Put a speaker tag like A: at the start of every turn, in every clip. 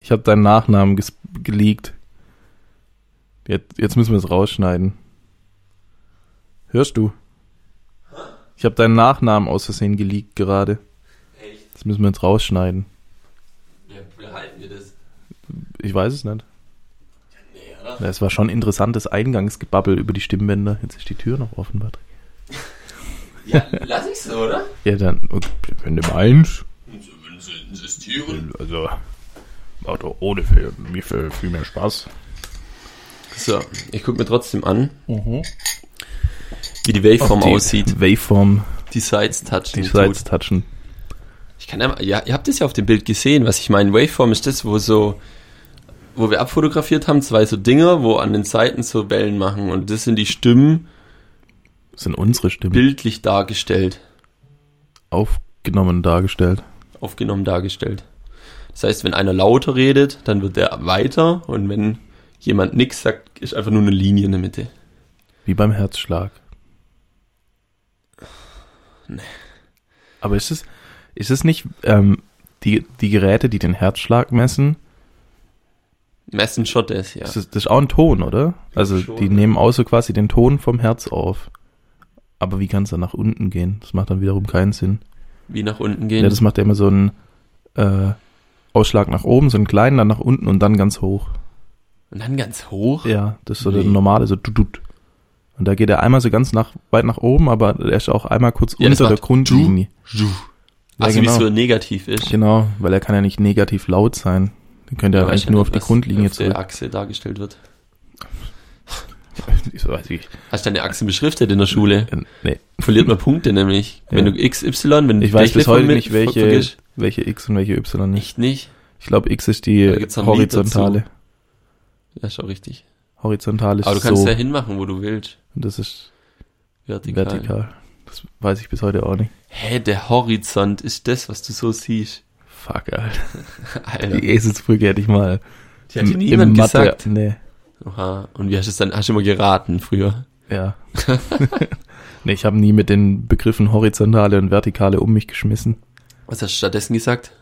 A: Ich habe deinen Nachnamen ges- geleakt. Jetzt, jetzt müssen wir es rausschneiden. Hörst du? Ich habe deinen Nachnamen aus Versehen geleakt gerade.
B: Echt?
A: Das müssen wir jetzt rausschneiden.
B: Ja, behalten wir das.
A: Ich weiß es nicht.
B: Nee, oder?
A: Es war schon interessantes Eingangsgebabbel über die Stimmbänder. Jetzt ist die Tür noch offen, Patrick.
B: Ja, lass ich's so, oder?
A: Ja, dann, okay, wenn du meinst.
B: Wenn sie insistieren.
A: Also, macht doch ohne viel, mir viel, viel mehr Spaß.
B: So, ich gucke mir trotzdem an,
A: Mhm.
B: wie die Waveform aussieht.
A: Waveform,
B: Die Sides
A: die
B: touchen. gut.
A: Sides touchen.
B: Ich kann ja, mal- ja, ihr habt das ja auf dem Bild gesehen, was ich meine. Waveform ist das, wo so, wo wir abfotografiert haben, zwei so Dinger, wo an den Seiten so Wellen machen. Und das sind die Stimmen
A: Das sind unsere Stimmen
B: bildlich dargestellt,
A: aufgenommen dargestellt.
B: aufgenommen dargestellt. Das heißt, wenn einer lauter redet, dann wird der weiter. Und wenn jemand nichts sagt, ist einfach nur eine Linie in der Mitte.
A: Wie beim Herzschlag.
B: Nee.
A: Aber ist es, ist es nicht ähm, die, die Geräte, die den Herzschlag messen?
B: Messen Shot ist, ja.
A: Das, ist, das ist auch ein Ton, oder? Also
B: schon,
A: die
B: ja.
A: nehmen auch so quasi den Ton vom Herz auf. Aber wie kann es dann nach unten gehen? Das macht dann wiederum keinen Sinn.
B: Wie nach unten gehen.
A: Ja, das macht ja immer so einen äh, Ausschlag nach oben, so einen kleinen, dann nach unten und dann ganz hoch.
B: und dann ganz hoch.
A: Ja, das ist so der
B: Nee.
A: normale, so dudut. Und da geht er einmal so ganz nach, weit nach oben, aber er ist auch einmal kurz
B: Ja, das
A: unter der
B: macht
A: Grundlinie. Ja,
B: Also wie
A: genau.
B: es so negativ ist.
A: Genau, weil er kann ja nicht negativ laut sein. Dann könnte er
B: Ja,
A: eigentlich
B: wahrscheinlich,
A: nur auf die
B: was
A: Grundlinie
B: auf der
A: zurück.
B: Achse dargestellt wird.
A: Ich weiß nicht.
B: Hast du deine Achse beschriftet in der Schule?
A: Äh, Nee,
B: Verliert man Punkte nämlich.
A: Ja.
B: Wenn du XY, wenn
A: ich
B: du
A: weiß bis heute
B: mit-
A: nicht, welche,
B: vergisst.
A: welche X und welche Y nicht.
B: Nicht, nicht.
A: Ich glaube, X ist die
B: Da gibt's noch ein Lied
A: horizontale.
B: Ja, ist auch richtig.
A: Horizontale ist
B: Aber du kannst
A: so.
B: da hinmachen, wo du willst.
A: Und das ist
B: Vertikal.
A: vertikal. Das weiß ich bis heute auch nicht.
B: Hä, der Horizont ist das, was du so siehst.
A: Fuck, Alter.
B: Alter.
A: Die Eselsbrücke hätte ich mal.
B: Die hat dir niemand gesagt.
A: Nee.
B: Oha. Und wie hast du es dann? Hast du immer geraten früher?
A: Ja. nee, ich habe nie mit den Begriffen horizontale und vertikale um mich geschmissen.
B: Was hast du stattdessen gesagt?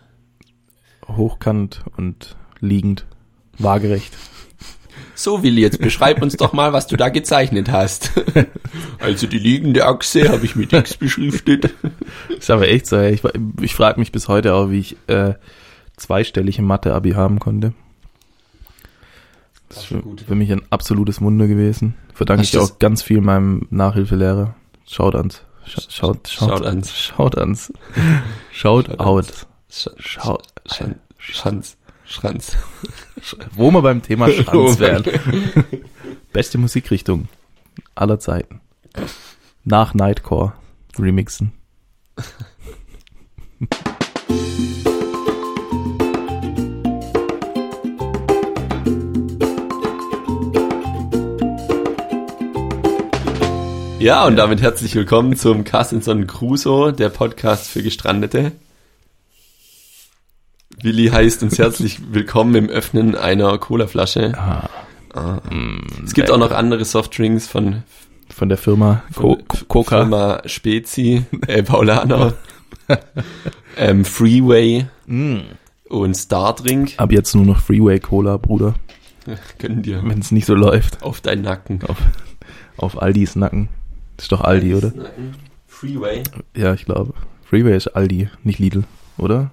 A: Hochkant und liegend. Waagerecht.
B: So, Willi, jetzt beschreib uns doch mal, was du da gezeichnet hast. Also die liegende Achse habe ich mit X beschriftet.
A: Ist aber echt so, ey. ich, wa- ich frage mich bis heute auch, wie ich äh, zweistellige Mathe-Abi haben konnte. Das ist
B: schon
A: für,
B: gut.
A: für mich ein absolutes Wunder gewesen. Verdanke
B: Hast
A: ich
B: du's-
A: auch ganz viel meinem Nachhilfelehrer. Schaut ans. Scha- Schaut, schaut,
B: Schaut ans.
A: Schaut ans. Schaut,
B: Schaut
A: out.
B: Sch-
A: Schaut.
B: Schan- Schanz. Schranz.
A: Wo wir beim Thema Schranz
B: Wo wir-
A: wären. Beste Musikrichtung aller Zeiten. Nach Nightcore remixen.
B: Ja, und damit herzlich willkommen zum Carstenson Crusoe, der Podcast für Gestrandete. Willi heißt uns herzlich willkommen im Öffnen einer Colaflasche.
A: Ah, Mm,
B: Es gibt auch noch andere Softdrinks von
A: von der Firma Co Co- Coca.
B: Firma Spezi, äh, Paulaner, ähm, Freeway
A: Mm.
B: und Stardrink.
A: Ab jetzt nur noch Freeway Cola, Bruder.
B: Können dir
A: Wenn es nicht so läuft.
B: auf deinen Nacken.
A: Auf, auf Aldis Nacken. Ist doch Aldi, oder?
B: Freeway.
A: Ja, ich glaube. Freeway ist Aldi, nicht Lidl, oder?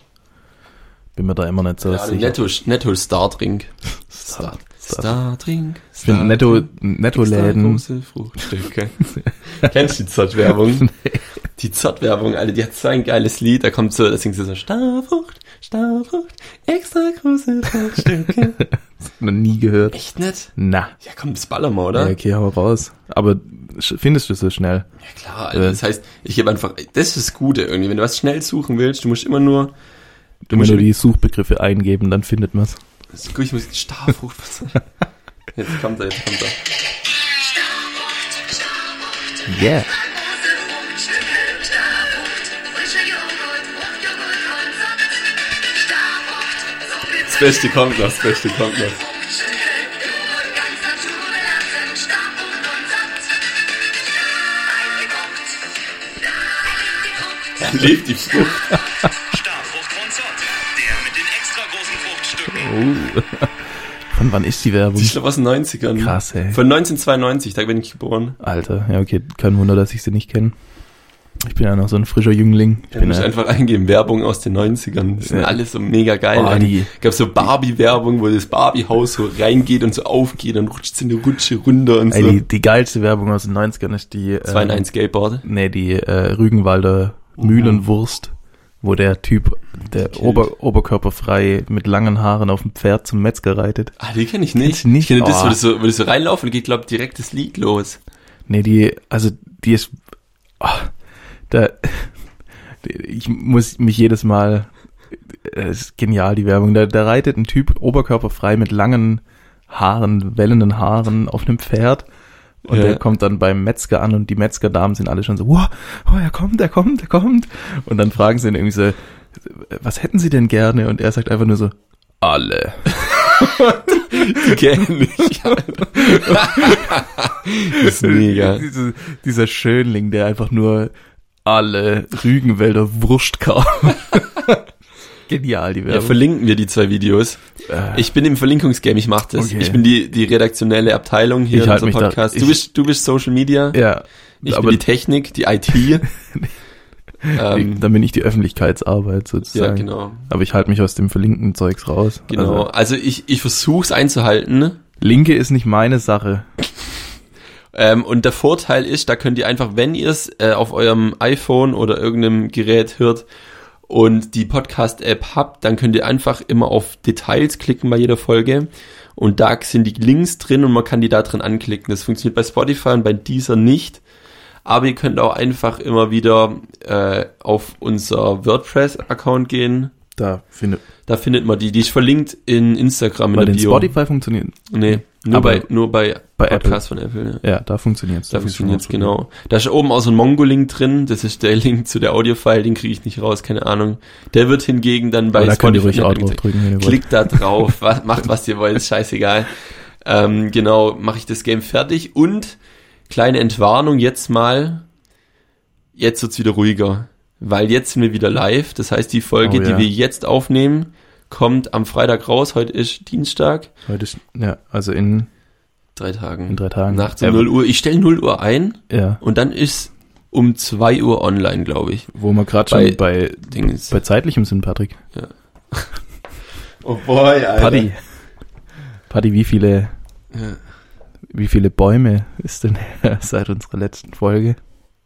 A: Bin mir da immer nicht so
B: Ja,
A: sicher.
B: Netto, Netto Stardrink.
A: Star-
B: Stardrink.
A: Ich finde Netto, Netto-Läden.
B: Große Fruchtstücke. Kennst du die Zott-Werbung? Die Zott-Werbung, Alter, die hat so ein geiles Lied. Da kommt so, da singt sie so, Starfrucht, Starfrucht, extra große Fruchtstücke.
A: Noch nie gehört.
B: Echt nicht?
A: Na.
B: Ja, komm, das ballern wir, oder?
A: Ja, okay, hau raus. Aber sch- findest du so schnell?
B: Ja, klar, Alter. Das heißt, ich gebe einfach, das ist das Gute irgendwie. Wenn du was schnell suchen willst, du musst immer nur, du
A: Wenn
B: musst,
A: du die Suchbegriffe eingeben, dann findet man's.
B: ich muss, Starfrucht, was Jetzt kommt er, jetzt kommt er.
A: Yeah.
B: Das Beste kommt noch, das Beste kommt noch. Lebt die Frucht.
C: Starfrucht von Zott, der mit den extra großen Fruchtstücken.
B: Oh.
A: Von wann ist die Werbung?
B: Ich glaube aus den 90ern.
A: Krass, ey.
B: Von 1992, da bin ich geboren.
A: Alter, ja, okay, kein Wunder, dass ich sie nicht kenne. Ich bin ja noch so ein frischer Jüngling. Ich
B: Ich
A: bin
B: muss
A: ja,
B: einfach eingeben, Werbung aus den 90ern. Das sind
A: Ne. Ja.
B: alles so mega geil.
A: Oh, die-
B: Gab so Barbie-Werbung, wo das Barbie-Haus so reingeht und so aufgeht und rutscht in eine Rutsche runter und
A: ey,
B: so.
A: die, die geilste Werbung aus den 90ern ist die.
B: Das war in
A: ähm,
B: ein Skateboard.
A: Nee, die äh, Rügenwalder Mühlenwurst, wo der Typ, der
B: Gekillt.
A: Ober, oberkörperfrei mit langen Haaren auf dem Pferd zum Metzger reitet.
B: Ah, die kenne ich nicht.
A: Kennst du nicht?
B: Ich kenne das,
A: Oh.
B: wo das so, wo das so reinlaufen und geht, glaube direkt das Lied los.
A: Nee, die, also die ist, ah, da, ich muss mich jedes Mal, äh, es ist genial, die Werbung. Da, da reitet ein Typ oberkörperfrei mit langen Haaren, wellenden Haaren auf einem Pferd. Und
B: Ja.
A: der kommt dann beim Metzger an und die Metzgerdamen sind alle schon so, wow, oh, er kommt, er kommt, er kommt. Und dann fragen sie ihn irgendwie so, was hätten sie denn gerne? Und er sagt einfach nur so, alle.
B: Die kenne ich. das ist mega.
A: Diese, dieser Schönling, der einfach nur alle Rügenwälder Wurst kauft. Genial, die
B: Ja,
A: Werbung.
B: verlinken wir die zwei Videos.
A: Äh,
B: Ich bin im Verlinkungsgame, ich mach das.
A: Okay.
B: Ich bin die, die redaktionelle Abteilung hier
A: Ich halt mich da-
B: Podcast.
A: ich-
B: du, bist, du bist Social Media,
A: ja,
B: ich
A: aber
B: bin die Technik, die IT. ähm,
A: dann bin ich die Öffentlichkeitsarbeit sozusagen.
B: ja, genau.
A: Aber ich halte mich aus dem verlinkten Zeugs raus.
B: Genau.
A: Also,
B: Also ich, ich versuche es einzuhalten.
A: Linke ist nicht meine Sache.
B: Ähm, und der Vorteil ist, da könnt ihr einfach, wenn ihr es äh, auf eurem iPhone oder irgendeinem Gerät hört und die Podcast-App habt, dann könnt ihr einfach immer auf Details klicken bei jeder Folge. Und da sind die Links drin und man kann die da drin anklicken. Das funktioniert bei Spotify und bei dieser nicht. Aber ihr könnt auch einfach immer wieder äh, auf unser WordPress-Account gehen.
A: Da findet
B: Da findet man die. Die ist verlinkt in Instagram in
A: bei
B: der
A: den
B: Bio.
A: Spotify funktioniert.
B: Nee, nur
A: Aber
B: bei, nur bei,
A: bei
B: Podcasts von Apple. Ja.
A: Ja, da funktioniert's.
B: Da
A: Das ist schon
B: funktioniert's
A: mal so.
B: genau. Da ist oben auch so ein Mongo-Link drin. Das ist der Link zu der Audio-File. Den kriege ich nicht raus, keine Ahnung. Der wird hingegen dann bei
A: Aber da könnt ihr ruhig
B: Spotify
A: auch drauf drücken, wenn ihr wollt.
B: Klickt da drauf, was, macht was ihr wollt, scheißegal. Ähm, genau, mache ich das Game fertig und kleine Entwarnung jetzt mal. Jetzt wird's wieder ruhiger, weil jetzt sind wir wieder live. Das heißt, die Folge,
A: Oh ja.
B: die wir jetzt aufnehmen, kommt am Freitag raus. Heute ist Dienstag.
A: Heute ist, ja, also in,
B: Drei Tagen.
A: in drei Tagen. Ähm.
B: Nachts um
A: Ja,
B: 0 Uhr. Ich stelle 0 Uhr ein
A: Ja,
B: und dann ist um 2 Uhr online, glaube ich.
A: wo wir gerade schon
B: Bei-
A: bei,
B: Dings.
A: bei zeitlichem sind, Patrick.
B: Oh boy, Alter.
A: Paddy. Paddy, wie viele,
B: Ja.
A: wie viele Bäume ist denn seit unserer letzten Folge?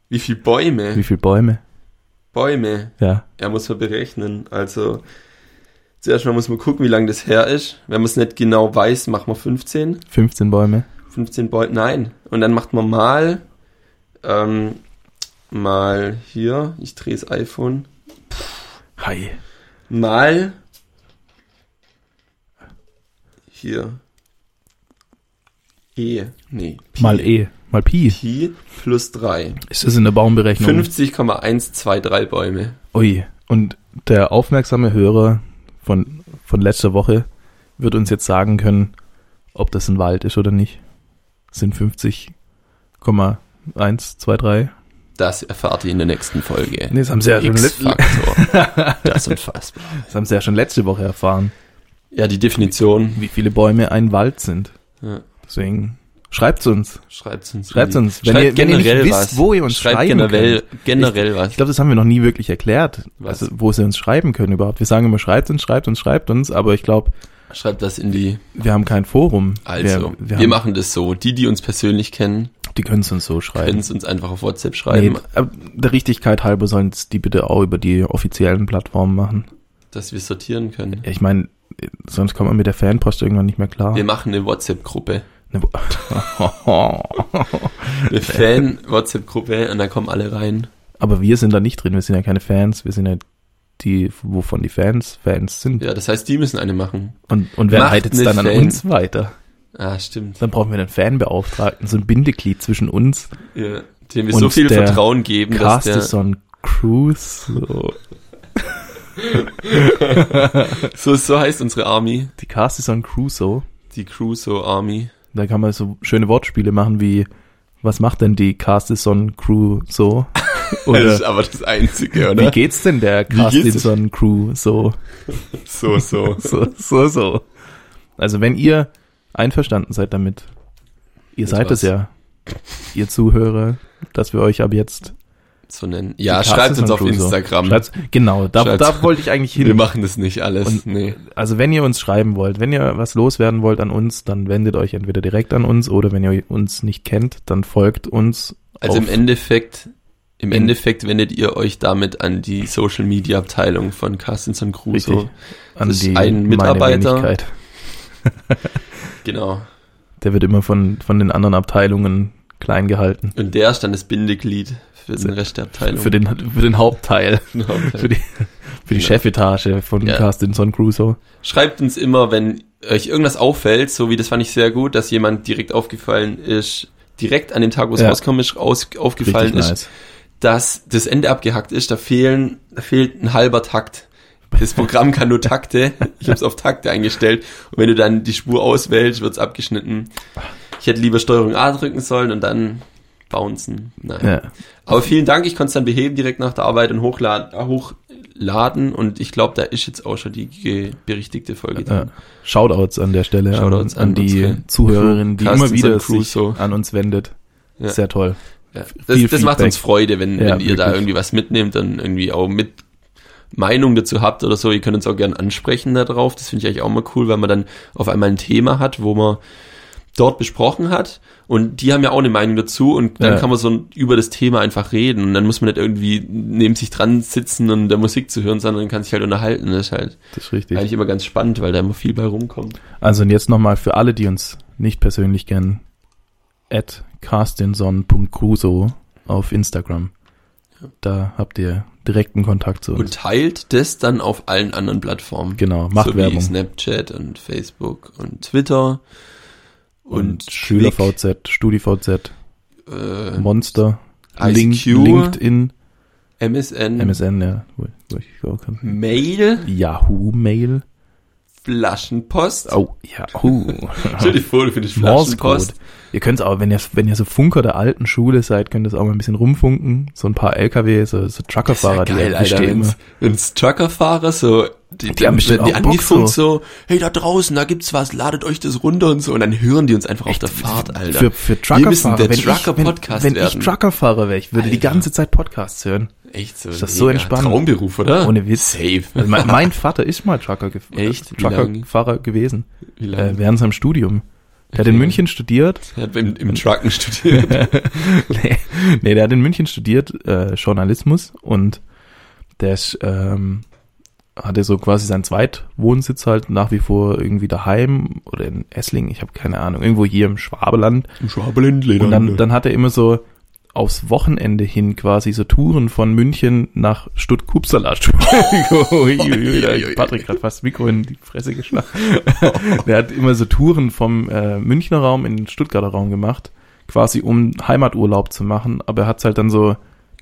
B: Wie viele Bäume?
A: Wie viele Bäume?
B: Bäume.
A: Ja.
B: Ja, muss man berechnen. Also, zuerst mal muss man gucken, wie lange das her ist. Wenn man es nicht genau weiß, macht man 15.
A: 15 Bäume.
B: 15 Bäume, nein. Und dann macht man mal, ähm, mal hier, ich drehe das iPhone,
A: Hi.
B: mal hier. E. Nee. Pi.
A: Mal E. Mal Pi.
B: Pi plus 3.
A: Ist das in der Baumberechnung?
B: 50,123 Bäume.
A: Ui. Und der aufmerksame Hörer von, von letzter Woche wird uns jetzt sagen können, ob das ein Wald ist oder nicht. Es Sind 50,123.
B: Das erfahrt ihr in der nächsten Folge.
A: Nee, das haben sie ja schon let-
B: X-Faktor. Das ist unfassbar.
A: Das haben sie ja schon letzte Woche erfahren,
B: Ja, die Definition.
A: wie viele Bäume ein Wald sind.
B: Ja,
A: Deswegen schreibt's uns.
B: schreibt uns.
A: Schreibt uns, wenn
B: schreibt
A: ihr, wenn ihr
B: generell
A: nicht wisst,
B: was.
A: wo ihr uns
B: schreibt
A: schreiben
B: generell,
A: könnt.
B: generell was.
A: Ich glaube, das haben wir noch nie wirklich erklärt,
B: Was?
A: also wo sie uns schreiben können überhaupt. Wir sagen immer, schreibt uns, schreibt uns, schreibt uns, aber ich glaube,
B: schreibt das in die.
A: wir haben kein Forum.
B: Also,
A: wir,
B: wir,
A: wir, haben,
B: machen das so. Die, die uns persönlich kennen,
A: die können es uns so schreiben.
B: können es uns einfach auf WhatsApp
A: Nee,
B: schreiben,
A: aber der Richtigkeit halber sollen es die bitte auch über die offiziellen Plattformen machen.
B: dass wir sortieren können.
A: Ja, ich meine, sonst kommt man mit der Fanpost irgendwann nicht mehr klar.
B: Wir machen eine WhatsApp-Gruppe.
A: Ne, wo-
B: Eine Fan-WhatsApp-Gruppe und da kommen alle rein.
A: aber wir sind da nicht drin, wir sind ja keine Fans, wir sind ja die, wovon die Fans Fans sind.
B: Ja, das heißt, die müssen eine machen.
A: Und, und wer
B: Macht
A: leitet es
B: eine
A: dann an
B: Fan-
A: uns weiter?
B: Ah, stimmt.
A: Dann brauchen wir einen Fanbeauftragten, so ein Bindeglied zwischen uns.
B: Ja, dem wir
A: Und
B: so viel
A: der
B: Vertrauen geben, dass
A: Cast
B: der
A: ist so ein Cruise, so.
B: So, so heißt unsere Army,
A: die Cast ist so ein Crusoe.
B: die Crusoe Army.
A: Da kann man so schöne Wortspiele machen wie, was macht denn die Cast is on Crew so?
B: Das ist
A: Oder
B: aber das Einzige,
A: wie
B: oder?
A: geht's denn der Cast
B: geht's-
A: is on Crew so?
B: So, so.
A: So, so, so. Also wenn ihr einverstanden seid damit, ihr
B: Mit
A: seid es
B: was?
A: ja, ihr Zuhörer, dass wir euch ab jetzt
B: zu nennen. Ja,
A: die
B: schreibt
A: Castles
B: uns
A: und
B: auf
A: Cruiser-
B: Instagram.
A: Schreibt's, genau, da,
B: Schreibt's.
A: da wollte ich eigentlich
B: Wir
A: hin.
B: machen das nicht alles.
A: Und-
B: nee.
A: Also wenn ihr uns schreiben wollt, wenn ihr was loswerden wollt an uns, dann wendet euch entweder direkt an uns oder wenn ihr uns nicht kennt, dann folgt uns.
B: Also im
A: auf-
B: Endeffekt, im
A: In-
B: Endeffekt wendet ihr euch damit an die Social Media Abteilung von Carstens und Crusoe.
A: Richtig. an
B: das ist
A: die
B: ein
A: meine
B: Mitarbeiter.
A: Wenigkeit.
B: Genau.
A: Der wird immer von, von den anderen Abteilungen klein gehalten.
B: Und der ist dann das Bindeglied für den
A: Für-
B: Rest der Abteilung.
A: Für den, für den Hauptteil,
B: Genau.
A: für die, für die
B: Genau.
A: Chefetage von
B: Ja.
A: Carstenson Crusoe.
B: Schreibt uns immer, wenn euch irgendwas auffällt, so wie das fand ich sehr gut, dass jemand direkt aufgefallen ist, direkt an dem Tag, wo es
A: Ja.
B: rauskommt, ist, aus, aufgefallen
A: Richtig
B: ist,
A: nice.
B: dass das Ende abgehackt ist, da fehlen, da fehlt ein halber Takt. Das Programm kann nur Takte. Ich habe es auf Takte eingestellt. Und wenn du dann die Spur auswählst, wird's abgeschnitten. Ich hätte lieber Steuerung A drücken sollen und dann bouncen. Nein.
A: Ja.
B: Aber vielen Dank, ich konnte es dann beheben direkt nach der Arbeit und hochladen. äh, hochladen. Und ich glaube, da ist jetzt auch schon die ge- berichtigte Folge
A: Ja.
B: drin.
A: Shoutouts an der Stelle
B: Shoutouts
A: an, an,
B: an
A: die
B: unsere
A: Zuhörerin, die
B: Carstens
A: immer wieder
B: und
A: sich
B: Crusoe.
A: an uns wendet.
B: Ja.
A: Sehr toll.
B: Ja. Das,
A: Viel
B: das macht
A: Feedback.
B: uns Freude, wenn,
A: Ja,
B: wenn ihr da
A: wirklich.
B: irgendwie was mitnehmt und irgendwie auch mit Meinung dazu habt oder so. Ihr könnt uns auch gerne ansprechen darauf. Das finde ich eigentlich auch mal cool, weil man dann auf einmal ein Thema hat, wo man dort besprochen hat und die haben ja auch eine Meinung dazu und dann
A: Ja.
B: kann man so ein- über das Thema einfach reden und dann muss man nicht irgendwie neben sich dran sitzen und der Musik zu hören, sondern kann sich halt unterhalten. Das ist halt
A: Das ist richtig.
B: eigentlich immer ganz spannend, weil da immer viel bei rumkommt.
A: Also und jetzt nochmal für alle, die uns nicht persönlich kennen, at carstinson.cruso auf Instagram. Da habt ihr direkten Kontakt zu uns.
B: Und teilt das dann auf allen anderen Plattformen.
A: genau, macht
B: so Wie
A: Werbung.
B: Snapchat und Facebook und Twitter und,
A: Und SchülerVZ, StudiVZ,
B: Quick, äh,
A: Monster,
B: Ice
A: Link,
B: Cube, Hm.
A: LinkedIn,
B: MSN,
A: MSN, ja, wo, wo ich auch kann.
B: Mail,
A: Yahoo Mail.
B: Flaschenpost.
A: Oh, Yahoo.
B: Stell dir vor, du findest
A: Morse-Code.
B: Flaschenpost.
A: Ihr könnt auch, wenn ihr, wenn ihr so Funker der alten Schule seid, könnt ihr es auch mal ein bisschen rumfunken. So ein paar LKW, so, so Truckerfahrer,
B: Geil,
A: die
B: Alter,
A: erwischt ihr
B: wenn's, wenn's Truckerfahrer so, die,
A: Die haben bestimmt
B: werden die
A: auch Bock
B: angefunkt so, hey, da draußen, da gibt's was, ladet euch das runter und so, und dann hören die uns einfach auf der Fahrt, Alter.
A: Für, für Truckerfahrer.
B: Wir müssen der
A: wenn ich-
B: Trucker-Podcast
A: wenn, wenn
B: werden.
A: ich Truckerfahrer wäre, ich würde die
B: Alter.
A: ganze Zeit Podcasts hören.
B: Echt so.
A: Ist das so
B: mega.
A: entspannend?
B: Traumberuf, oder?
A: Ohne Witz.
B: Safe.
A: Also mein, mein Vater ist mal Trucker gef-
B: Echt? Wie
A: Truckerfahrer gewesen.
B: Wie
A: Äh,
B: lange?
A: während seinem Studium. Der hat in
B: Okay.
A: München studiert.
B: Er hat im, im Trucken studiert.
A: nee, nee, der hat in München studiert, äh, Journalismus und der ist, ähm, hatte so quasi seinen Zweitwohnsitz halt nach wie vor irgendwie daheim oder in Esslingen, ich habe keine Ahnung, irgendwo hier im Schwabeland.
B: Im Schwabeland,
A: Und dann, dann hat er immer so aufs Wochenende hin quasi so Touren von München nach Stutt-Kupsala. Uiuiui, da hat Patrick hat fast das Mikro in die Fresse geschlagen. Der hat immer so Touren vom äh, Münchner Raum in den Stuttgarter Raum gemacht, quasi um Heimaturlaub zu machen. Aber er hat halt dann so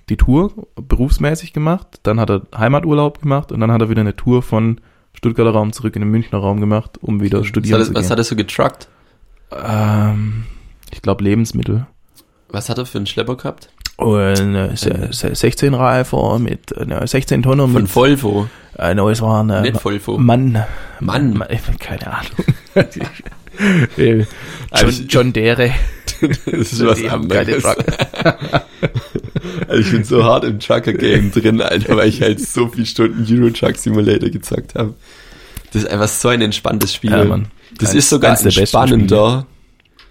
A: die Tour berufsmäßig gemacht, dann hat er Heimaturlaub gemacht und dann hat er wieder eine Tour von Stuttgarter Raum zurück in den Münchner Raum gemacht, um wieder studieren
B: was,
A: zu
B: hat,
A: gehen.
B: was hat er so getruckt?
A: ähm, ich glaube Lebensmittel.
B: Was hat er für einen Schlepper gehabt?
A: Und äh, se- se- 16 Reifer mit äh, 16 Tonnen
B: Von
A: mit
B: Volvo.
A: äh, no, es waren äh,
B: Nicht Volvo.
A: Mann.
B: Mann.
A: Mann, ich- keine Ahnung. Äh,
B: Also-
A: John, John Dere.
B: Das ist
A: Die haben keine Trucker.
B: Also ich bin so hart im Trucker-Game drin, Alter, weil ich halt so viele Stunden Euro Truck Simulator gezockt habe. Das ist einfach so ein entspanntes Spiel.
A: Ja, Mann.
B: Das
A: Eins-
B: ist sogar
A: eins der besten
B: entspannender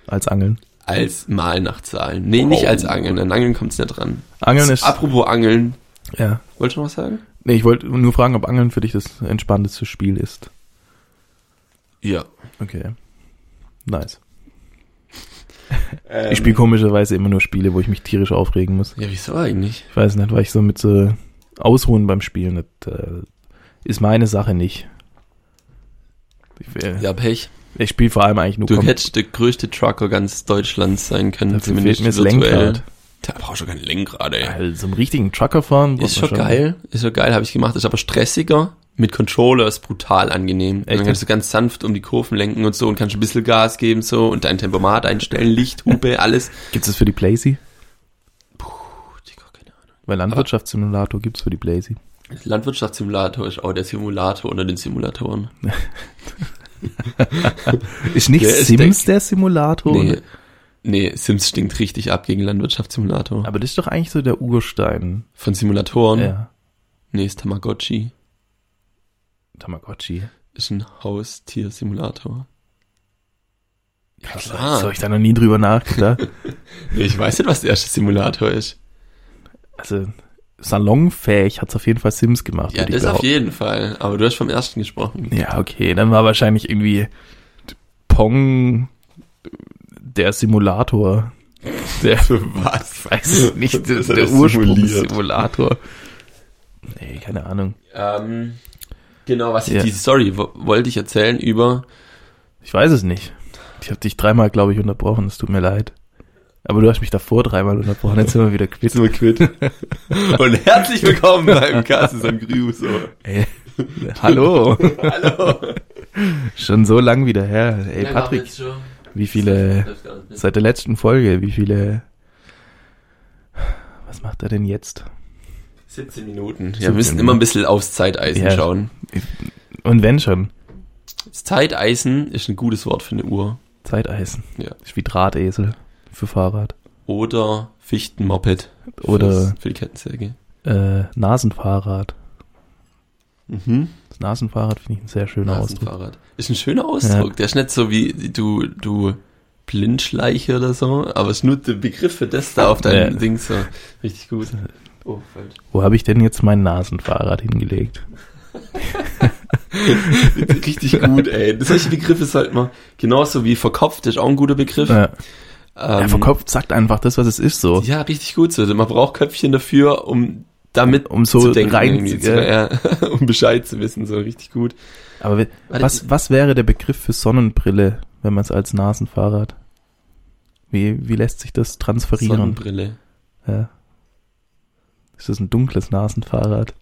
A: Als Angeln.
B: als Mal nach Zahlen. Nee, nicht
A: Wow.
B: als Angeln. An Angeln kommt's nicht dran.
A: Angeln ist.
B: Apropos Angeln.
A: ja.
B: Wolltest du noch was sagen?
A: Nee, ich wollte nur fragen, ob Angeln für dich das entspannteste Spiel ist.
B: Ja.
A: Okay. Nice. Ich spiele komischerweise immer nur Spiele, wo ich mich tierisch aufregen muss.
B: Ähm, Ja, wieso eigentlich?
A: Ich weiß nicht, weil ich so mit so Ausruhen beim Spielen, das äh, ist meine Sache nicht. Ich, äh,
B: Ja, Pech.
A: ich spiele vor allem eigentlich nur
B: Du
A: kom-
B: hättest der größte Trucker ganz Deutschlands sein können,
A: Dafür fehlt mir das Lenkrad.
B: Da brauchst du kein Lenkrad, ey.
A: Also so einen richtigen Trucker fahren. braucht
B: Ist
A: man
B: schon geil, ist schon geil, habe ich gemacht, ist aber stressiger. Mit Controller ist brutal angenehm. Und Dann
A: Echt?
B: kannst du ganz sanft um die Kurven lenken und so und kannst ein bisschen Gas geben so und dein Tempomat einstellen, Licht, Hupe, alles.
A: Gibt's das für die Blazy?
B: Puh, Digga, keine Ahnung.
A: Weil Landwirtschaftssimulator gibt's für die Blazy.
B: Landwirtschaftssimulator ist auch der Simulator unter den Simulatoren.
A: Ist nicht
B: Der ist
A: Sims der Simulator?
B: Nee.
A: oder?
B: nee, Sims stinkt richtig ab gegen Landwirtschaftssimulator.
A: Aber das ist doch eigentlich so der Urstein.
B: Von Simulatoren?
A: Ja.
B: Nee, ist Tamagotchi.
A: Tamagotchi.
B: Ist ein Haustiersimulator. Ja,
A: Ah. So hab ich da noch nie drüber nachgedacht.
B: Nee, ich weiß nicht, was der erste Simulator ist.
A: also salonfähig hat's auf jeden Fall Sims gemacht.
B: Ja,
A: würd ich
B: das auf
A: behaupten.
B: jeden Fall. Aber du hast vom ersten gesprochen.
A: Ja, okay. Dann war wahrscheinlich irgendwie Pong der Simulator. Der
B: Also, Was?
A: weiß es nicht,
B: Das hat
A: der
B: er simuliert.
A: Ursprungssimulator. Nee, keine Ahnung.
B: Ähm, genau, was
A: Ja.
B: ich, die Story wo- wollte ich erzählen über.
A: Ich weiß es nicht. Ich habe dich dreimal, glaube ich, unterbrochen. Es tut mir leid. Aber du hast mich davor dreimal unterbrochen. Jetzt sind wir wieder quitt.
B: wir quitt. Und herzlich willkommen beim Cassis und Griuso.
A: Ey, hallo.
B: Hallo.
A: Schon so lang wieder her. Ey, Patrick, wie viele, seit der letzten Folge, wie viele, was macht er denn jetzt?
B: 17 Minuten. Ja, wir
A: 17
B: müssen immer ein bisschen aufs Zeiteisen
A: Ja.
B: schauen.
A: Und wenn schon,
B: Das Zeiteisen ist ein gutes Wort für eine Uhr.
A: Zeiteisen.
B: Ja.
A: Ist wie Drahtesel für Fahrrad.
B: Oder Fichtenmoped.
A: Oder
B: fürs- Für die Kettensäge.
A: äh, Nasenfahrrad.
B: Mhm.
A: Das Nasenfahrrad finde ich ein sehr schöner Ausdruck.
B: Nasenfahrrad. Ist ein schöner Ausdruck. Der ist nicht so wie du, du Blindschleiche oder so, aber es ist nur der Begriff für das da auf deinem
A: Ja.
B: Ding so. Richtig gut. Oh, falsch.
A: Wo habe ich denn jetzt mein Nasenfahrrad hingelegt?
B: Richtig gut, ey. Solche Begriffe sollten man, genauso wie verkopft ist auch ein guter Begriff.
A: Äh,
B: Ähm,
A: ja, verkopft sagt einfach das, was es ist, so.
B: Ja, richtig gut. So. Man braucht Köpfchen dafür, um damit
A: Um so
B: zu denken,
A: rein-
B: irgendwie, zu, ja. um Bescheid zu wissen, so richtig gut.
A: Aber we-
B: Warte,
A: was, was wäre der Begriff für Sonnenbrille, wenn man es als Nasenfahrrad? Wie, wie lässt sich das transferieren?
B: Sonnenbrille.
A: Ja. Ist das ein dunkles Nasenfahrrad?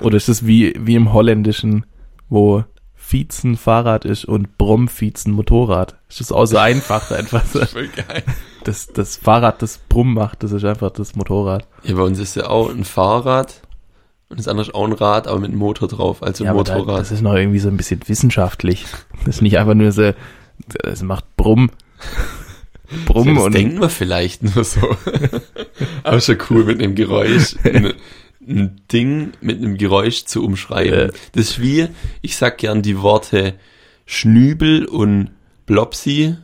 A: Oder ist es wie, wie im Holländischen, wo Fietzen Fahrrad ist und Brummfietzen Motorrad? Ist das auch so einfach einfach? so?
B: Voll geil.
A: Das, das Fahrrad, das Brumm macht, das ist einfach das Motorrad.
B: Ja, bei uns ist ja auch ein Fahrrad und das andere ist auch ein Rad, aber mit einem Motor drauf, also ein
A: aber da-
B: Motorrad.
A: das ist noch irgendwie so ein bisschen wissenschaftlich. Das ist nicht einfach nur so, es macht Brumm. Brumm
B: das
A: und
B: denken wir vielleicht nur so. aber schon cool mit einem Geräusch. Ein, ein Ding mit einem Geräusch zu umschreiben.
A: Ja.
B: Das ist wie, ich sag gern die Worte Schnübel und Blopsi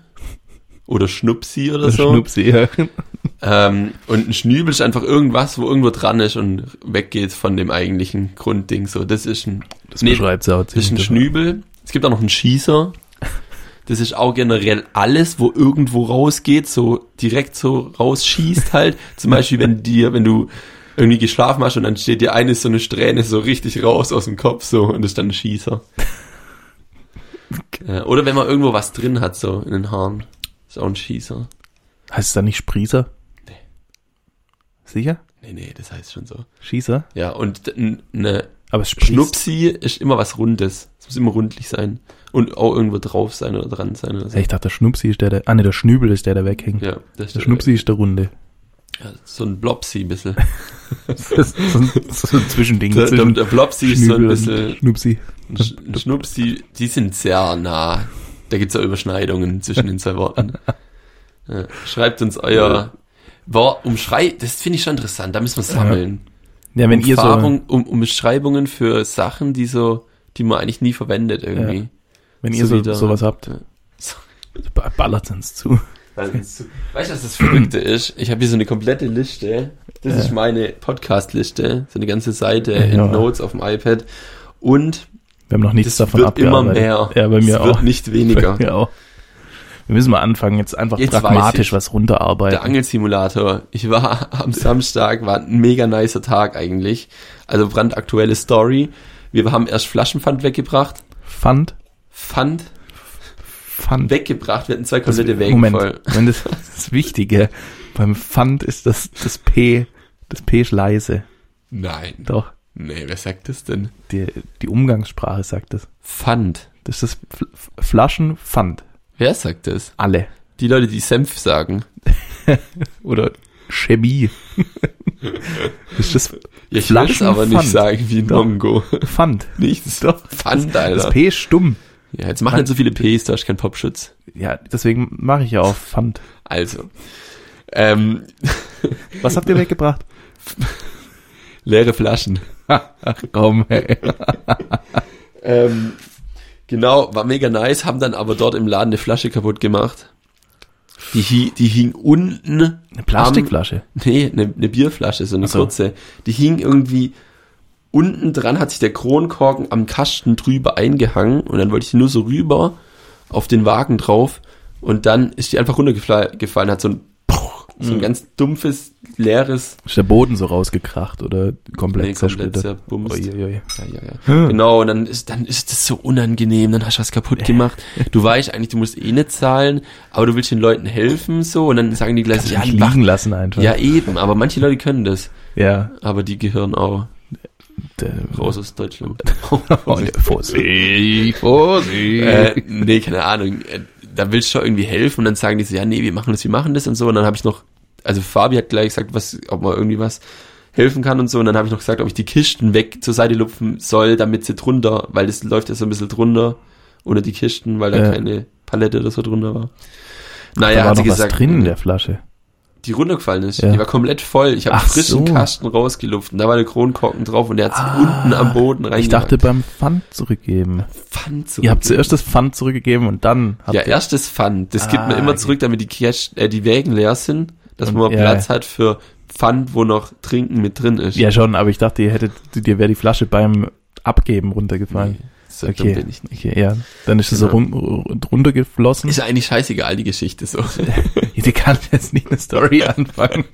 B: oder Schnupsi oder so.
A: Schnupsi. Ja.
B: Ähm, und ein Schnübel ist einfach irgendwas, wo irgendwo dran ist und weggeht von dem eigentlichen Grundding. So, das ist ein,
A: Das
B: Nee,
A: beschreibt es auch
B: das ist ein
A: ziemlich.
B: Schnübel. Es gibt auch noch einen Schießer. Das ist auch generell alles, wo irgendwo rausgeht, so direkt so rausschießt halt. Zum Beispiel, wenn dir, wenn du irgendwie geschlafen hast und dann steht dir eine so eine Strähne so richtig raus aus dem Kopf so und das ist dann ein Schießer. Äh, Oder wenn man irgendwo was drin hat, so in den Haaren. Ist auch ein Schießer.
A: Heißt es dann nicht Sprießer?
B: Nee.
A: Sicher?
B: Nee, nee, das heißt schon so.
A: Schießer?
B: Ja, und n- eine
A: Aber es sprießt.
B: Schnupsi ist immer was Rundes. Es muss immer rundlich sein. Und auch irgendwo drauf sein oder dran sein oder so.
A: Ja, ich dachte, der Schnupsi ist der, der. Ah, ne, der Schnübel ist der, der weghängt.
B: Ja, das
A: Der Schnupsi ist der Runde.
B: Ja, so ein Blopsi ein bisschen.
A: Das ist so ein, so ein Zwischending.
B: Der, der,
A: zwischen
B: der Blopsi ist so ein
A: Schnübel und
B: bisschen.
A: Schnupsi.
B: Ein Sch- ein Schnupsi, die sind sehr nah. Da gibt's ja Überschneidungen zwischen den zwei Worten. Ja, schreibt uns euer. Boah, umschrei, das finde ich schon interessant, da müssen wir sammeln.
A: Ja, wenn ihr so,
B: Umfahrung- um, Umschreibungen für Sachen, die so, die man eigentlich nie verwendet irgendwie.
A: wenn ihr
B: so
A: so,
B: wieder-
A: sowas habt, ba- ballert uns zu. Hm.
B: Weißt du, was das Verrückte ist? Ich habe hier so eine komplette Liste. Das
A: Ja.
B: ist meine Podcast-Liste. So eine ganze Seite
A: Ja.
B: in Notes auf dem iPad. Und
A: Wir haben noch nichts
B: das
A: davon
B: wird immer
A: abgearbeitet.
B: mehr.
A: Ja, bei mir
B: es wird
A: auch.
B: nicht
A: Bei
B: weniger.
A: mir auch. Wir müssen mal anfangen, jetzt einfach
B: Jetzt weiß
A: pragmatisch
B: ich.
A: was
B: Der
A: runterarbeiten.
B: Angelsimulator. Ich war am Samstag, war ein mega nicer Tag eigentlich. Also brandaktuelle Story. Wir haben erst Flaschenpfand weggebracht.
A: Pfand,
B: Pfand
A: Pfand.
B: weggebracht. Wir hatten zwei
A: Das-
B: komplette Wägen
A: Moment,
B: voll.
A: Moment, das, das Wichtige beim Pfand ist das, das P, das P ist leise.
B: Nein.
A: Doch,
B: Nee, wer sagt das denn?
A: die, die Umgangssprache sagt das.
B: Pfand.
A: Das ist das Fl- F Flaschenpfand.
B: Wer sagt das?
A: Alle.
B: Die Leute, die Senf sagen.
A: Oder Chemie. das ist
B: Ja, ich will es aber nicht
A: Flaschenpfand.
B: sagen wie ein
A: Doch.
B: Mongo.
A: das Pfand.
B: Nichts.
A: Doch.
B: Pfand,
A: Das
B: Alter.
A: P ist stumm.
B: Ja, jetzt mach nicht so viele Ps, da ist kein Popschutz.
A: Ja, deswegen mache ich ja auch Pfand.
B: Also. Ähm,
A: Was habt ihr weggebracht?
B: leere Flaschen.
A: Ach komm, ey.
B: Ähm, genau, war mega nice, haben dann aber dort im Laden eine Flasche kaputt gemacht. Die, hi- die hing unten.
A: Eine Plastikflasche.
B: Am, nee, eine, eine Bierflasche, so eine
A: Ach so.
B: kurze. Die hing irgendwie unten dran, hat sich der Kronkorken am Kasten drüber eingehangen und dann wollte ich die nur so rüber auf den Wagen drauf und dann ist die einfach runtergefallen, hat so ein, so
A: Mhm.
B: ein ganz dumpfes, leeres
A: Ist der Boden so rausgekracht oder komplett
B: Nee, komplett
A: zersplittert?
B: zerbumst.
A: Uiuiui.
B: Ja, ja, ja. Genau, und dann ist, dann ist das so unangenehm, dann hast du was kaputt gemacht. Du weißt eigentlich, du musst eh nicht zahlen, aber du willst den Leuten helfen, so, und dann sagen die gleich, so,
A: Ja,
B: ja,
A: nicht
B: die machen,
A: liegen lassen einfach.
B: ja, eben, aber manche Leute können das,
A: ja.
B: aber die gehören auch
A: Der,
B: raus aus Deutschland.
A: oh, der, Vorsicht, Vorsicht.
B: äh, nee, keine Ahnung, Äh, da willst du schon irgendwie helfen, und dann sagen die so, ja, nee, wir machen das, wir machen das, und so, und dann habe ich noch, also Fabi hat gleich gesagt, was, ob man irgendwie was helfen kann und so. Und dann habe ich noch gesagt, ob ich die Kisten weg zur Seite lupfen soll, damit sie drunter, weil das läuft ja so ein bisschen drunter unter die Kisten, weil da
A: Ja.
B: keine Palette oder so drunter war.
A: da
B: Naja,
A: war
B: hat sie
A: noch
B: gesagt, äh,
A: was drin in der Flasche.
B: die runtergefallen ist.
A: Ja.
B: Die war komplett voll. Ich habe
A: Ach
B: frischen
A: so. Ah.
B: Kasten rausgelupft und da war der Kronkorken drauf und der hat sich unten am Boden reingemacht.
A: Ich dachte beim Pfand zurückgeben.
B: Pfand
A: Ihr habt
B: zurückgeben.
A: zuerst das Pfand zurückgegeben und dann habt
B: Ja,
A: ihr...
B: erstes Pfand. Das gibt
A: Ah,
B: man immer
A: ja.
B: zurück, damit die, Cash, äh, die Wägen leer sind, dass
A: Und-
B: man mal
A: ja,
B: Platz hat für Pfand, wo noch Trinken mit drin ist.
A: Ja schon, aber ich dachte, ihr hättet, dir wäre die Flasche beim Abgeben runtergefallen.
B: Nee, so dumm
A: okay.
B: bin ich nicht. Genau.
A: okay, ja. Dann ist es so run runtergeflossen.
B: Ist ja eigentlich scheißegal, die Geschichte so.
A: Die kann jetzt nicht eine Story anfangen.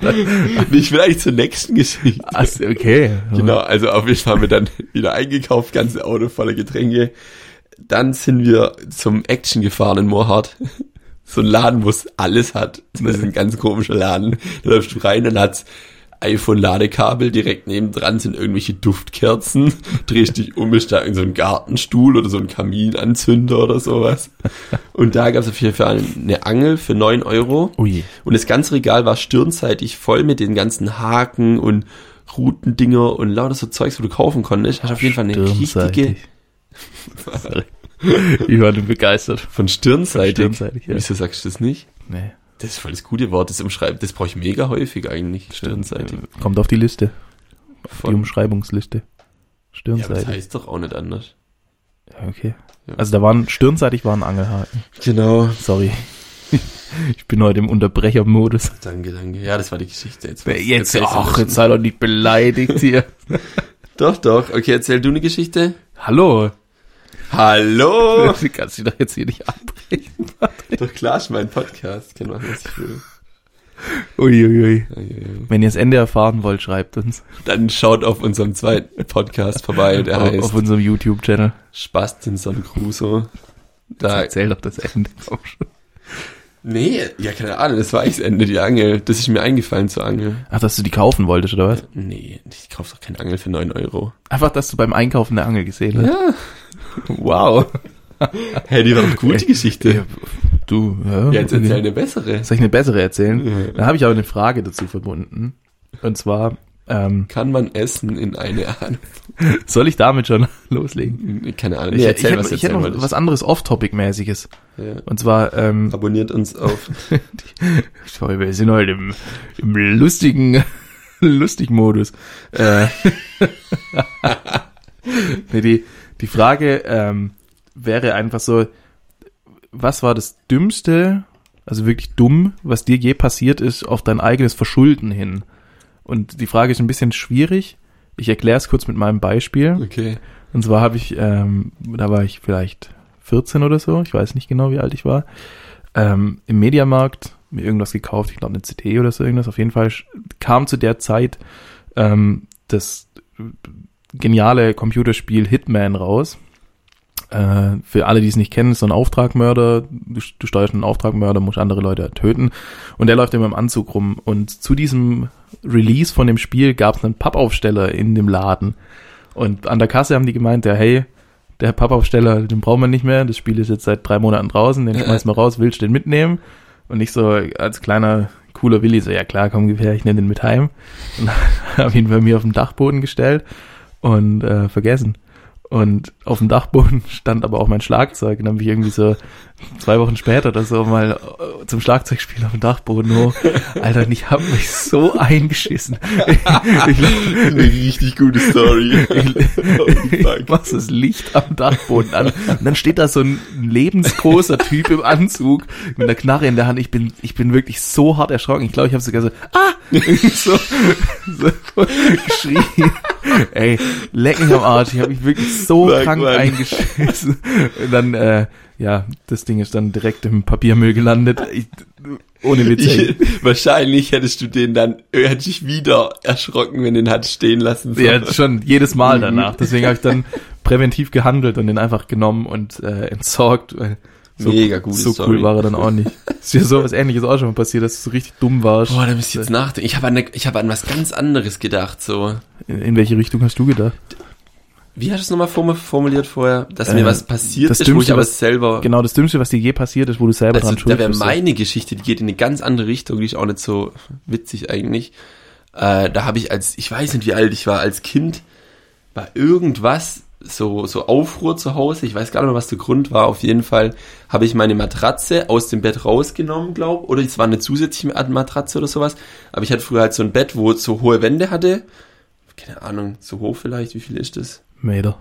B: Ich will eigentlich zur nächsten Geschichte.
A: Ach, so, okay.
B: Genau, also auf jeden Fall haben wir dann wieder eingekauft, ganze Auto voller Getränke. Dann sind wir zum Action gefahren in Moorhardt. So ein Laden, wo es alles hat. Das ist ein ganz komischer Laden. Da läufst du rein und hat's iPhone-Ladekabel, direkt nebendran sind irgendwelche Duftkerzen, drehst dich um, ist da irgend so ein Gartenstuhl oder so ein Kaminanzünder oder sowas. Und da gab's auf jeden Fall eine Angel für 9 Euro.
A: Ui.
B: Und das ganze Regal war stirnseitig voll mit den ganzen Haken und Routendinger und lauter so Zeugs, wo du kaufen konntest. Hast auf jeden Fall eine richtige
A: Stirnseitig. Ich war nur begeistert.
B: von stirnseitig.
A: Von stirnseitig, ja.
B: Wieso sagst du das nicht?
A: Nee.
B: Das ist voll das gute Wort, das umschreibt, das brauche ich mega häufig eigentlich, stirnseitig.
A: Kommt auf die Liste, die
B: Von,
A: Umschreibungsliste.
B: ja, aber das
A: Stirnseitig.
B: heißt doch auch nicht anders.
A: okay.
B: Ja.
A: Also da waren stirnseitig waren Angelhaken.
B: Genau.
A: Sorry. Ich bin heute im Unterbrechermodus.
B: Danke, danke. Ja, das war die Geschichte. Jetzt,
A: ach, jetzt sei doch nicht beleidigt hier.
B: Doch, doch. Okay, erzähl du eine Geschichte.
A: Hallo.
B: Hallo!
A: Du kannst dich doch jetzt hier nicht abbrechen.
B: doch klar, ist mein Podcast. Ich kann machen, was ich will.
A: Uiuiui.
B: Ja, ja, ja.
A: Wenn ihr das Ende erfahren wollt, schreibt uns
B: Dann schaut auf unserem zweiten Podcast vorbei, der
A: auf,
B: heißt
A: auf unserem YouTube-Channel.
B: Spastinson Crusoe. Da,
A: Erzähl doch das Ende. Komm schon.
B: nee, ja, keine Ahnung, das war eigentlich das Ende, die Angel. Das ist mir eingefallen zur Angel.
A: Ach, dass du die kaufen wolltest, oder was?
B: Nee, ich kauf doch keine Angel für 9 Euro.
A: Einfach, dass du beim Einkaufen eine Angel gesehen hast.
B: Ja.
A: Wow.
B: Hey, die war eine gute Geschichte.
A: Du, ja.
B: Ja, jetzt erzähl eine bessere.
A: Soll ich eine bessere erzählen?
B: Ja.
A: Da habe ich aber eine Frage dazu verbunden. Und zwar, ähm,
B: Kann man essen in eine Ahnung?
A: soll ich damit schon loslegen?
B: Keine Ahnung. Nee, erzähl,
A: ich,
B: was
A: hätte-
B: du
A: ich hätte
B: erzählen
A: noch was
B: wolltest.
A: anderes Off-Topic-mäßiges.
B: Ja.
A: Und zwar, ähm,
B: Abonniert uns auf.
A: Sorry, wir sind heute im, im lustigen, lustigen Modus. Äh, nee, die, die Frage ähm, wäre einfach so, was war das Dümmste, also wirklich dumm, was dir je passiert ist, auf dein eigenes Verschulden hin? Und die Frage ist ein bisschen schwierig. Ich erkläre es kurz mit meinem Beispiel.
B: Okay.
A: Und zwar habe ich, ähm, da war ich vielleicht 14 oder so, ich weiß nicht genau, wie alt ich war, ähm, im Mediamarkt mir irgendwas gekauft, ich glaube eine CD oder so irgendwas. Auf jeden Fall sch- kam zu der Zeit ähm, das geniale Computerspiel Hitman raus. Äh, für alle, die es nicht kennen, ist so ein Auftragmörder. Du, du steuerst einen Auftragmörder, musst andere Leute töten. Und der läuft immer im Anzug rum. Und zu diesem Release von dem Spiel gab es einen Pappaufsteller in dem Laden. Und an der Kasse haben die gemeint, der hey, der Pappaufsteller, den brauchen wir nicht mehr, das Spiel ist jetzt seit drei Monaten draußen, den schmeißen wir raus, willst du den mitnehmen? Und ich so als kleiner, cooler Willi so, ja klar, komm, gib her, ich nehme den mit heim. Und habe ihn bei mir auf dem Dachboden gestellt und äh, vergessen. Und auf dem Dachboden stand aber auch mein Schlagzeug. Und dann bin ich irgendwie so zwei Wochen später oder so mal äh, zum Schlagzeugspielen auf dem Dachboden hoch. Alter, und ich hab mich so eingeschissen. ich,
B: Eine richtig gute Story. Oh,
A: ich
B: fuck.
A: mach so das Licht am Dachboden an. Und dann steht da so ein lebensgroßer Typ im Anzug mit einer Knarre in der Hand. Ich bin, ich bin wirklich so hart erschrocken. Ich glaube, ich habe sogar so, ah! so, so geschrien. Ey, leck mich am Arsch. Ich habe mich wirklich so
B: Sag
A: krank
B: mal.
A: eingeschissen. Und dann, äh, ja, das Ding ist dann direkt im Papiermüll gelandet. Ich, ohne Witz. ey.
B: Ich, wahrscheinlich hättest du den dann, hätte ich wieder erschrocken, wenn den hat stehen lassen. sollen.
A: Ja, schon jedes
B: Mhm.
A: Mal danach. Deswegen habe ich dann präventiv gehandelt und den einfach genommen und äh, entsorgt. weil So,
B: Mega gute
A: So
B: Story.
A: cool war er dann auch nicht. Ist dir sowas ähnliches auch schon mal passiert, dass du so richtig dumm warst.
B: Boah, da muss ich jetzt nachdenken. Ich habe an, ne- ich habe an was ganz anderes gedacht, so.
A: In, in welche Richtung hast du gedacht?
B: Wie hast du es nochmal formu- formuliert vorher? Dass
A: Äh,
B: mir was passiert
A: das
B: ist, wo ich
A: Dümmste,
B: aber
A: was-
B: selber...
A: Genau, das Dümmste, was dir je passiert ist, wo du selber
B: Also,
A: dran schuld
B: da wäre
A: bist.
B: meine Geschichte, die geht in eine ganz andere Richtung, die ist auch nicht so witzig eigentlich. Äh, da habe ich als, ich weiß nicht, wie alt ich war, als Kind war irgendwas so, so Aufruhr zu Hause. Ich weiß gar nicht mehr, was der Grund war. Auf jeden Fall habe ich meine Matratze aus dem Bett rausgenommen, glaube Oder es war eine zusätzliche Mat- Matratze oder sowas. Aber ich hatte früher halt so ein Bett, wo es so hohe Wände hatte. Keine Ahnung, so hoch vielleicht. Wie viel ist das?
A: Meter.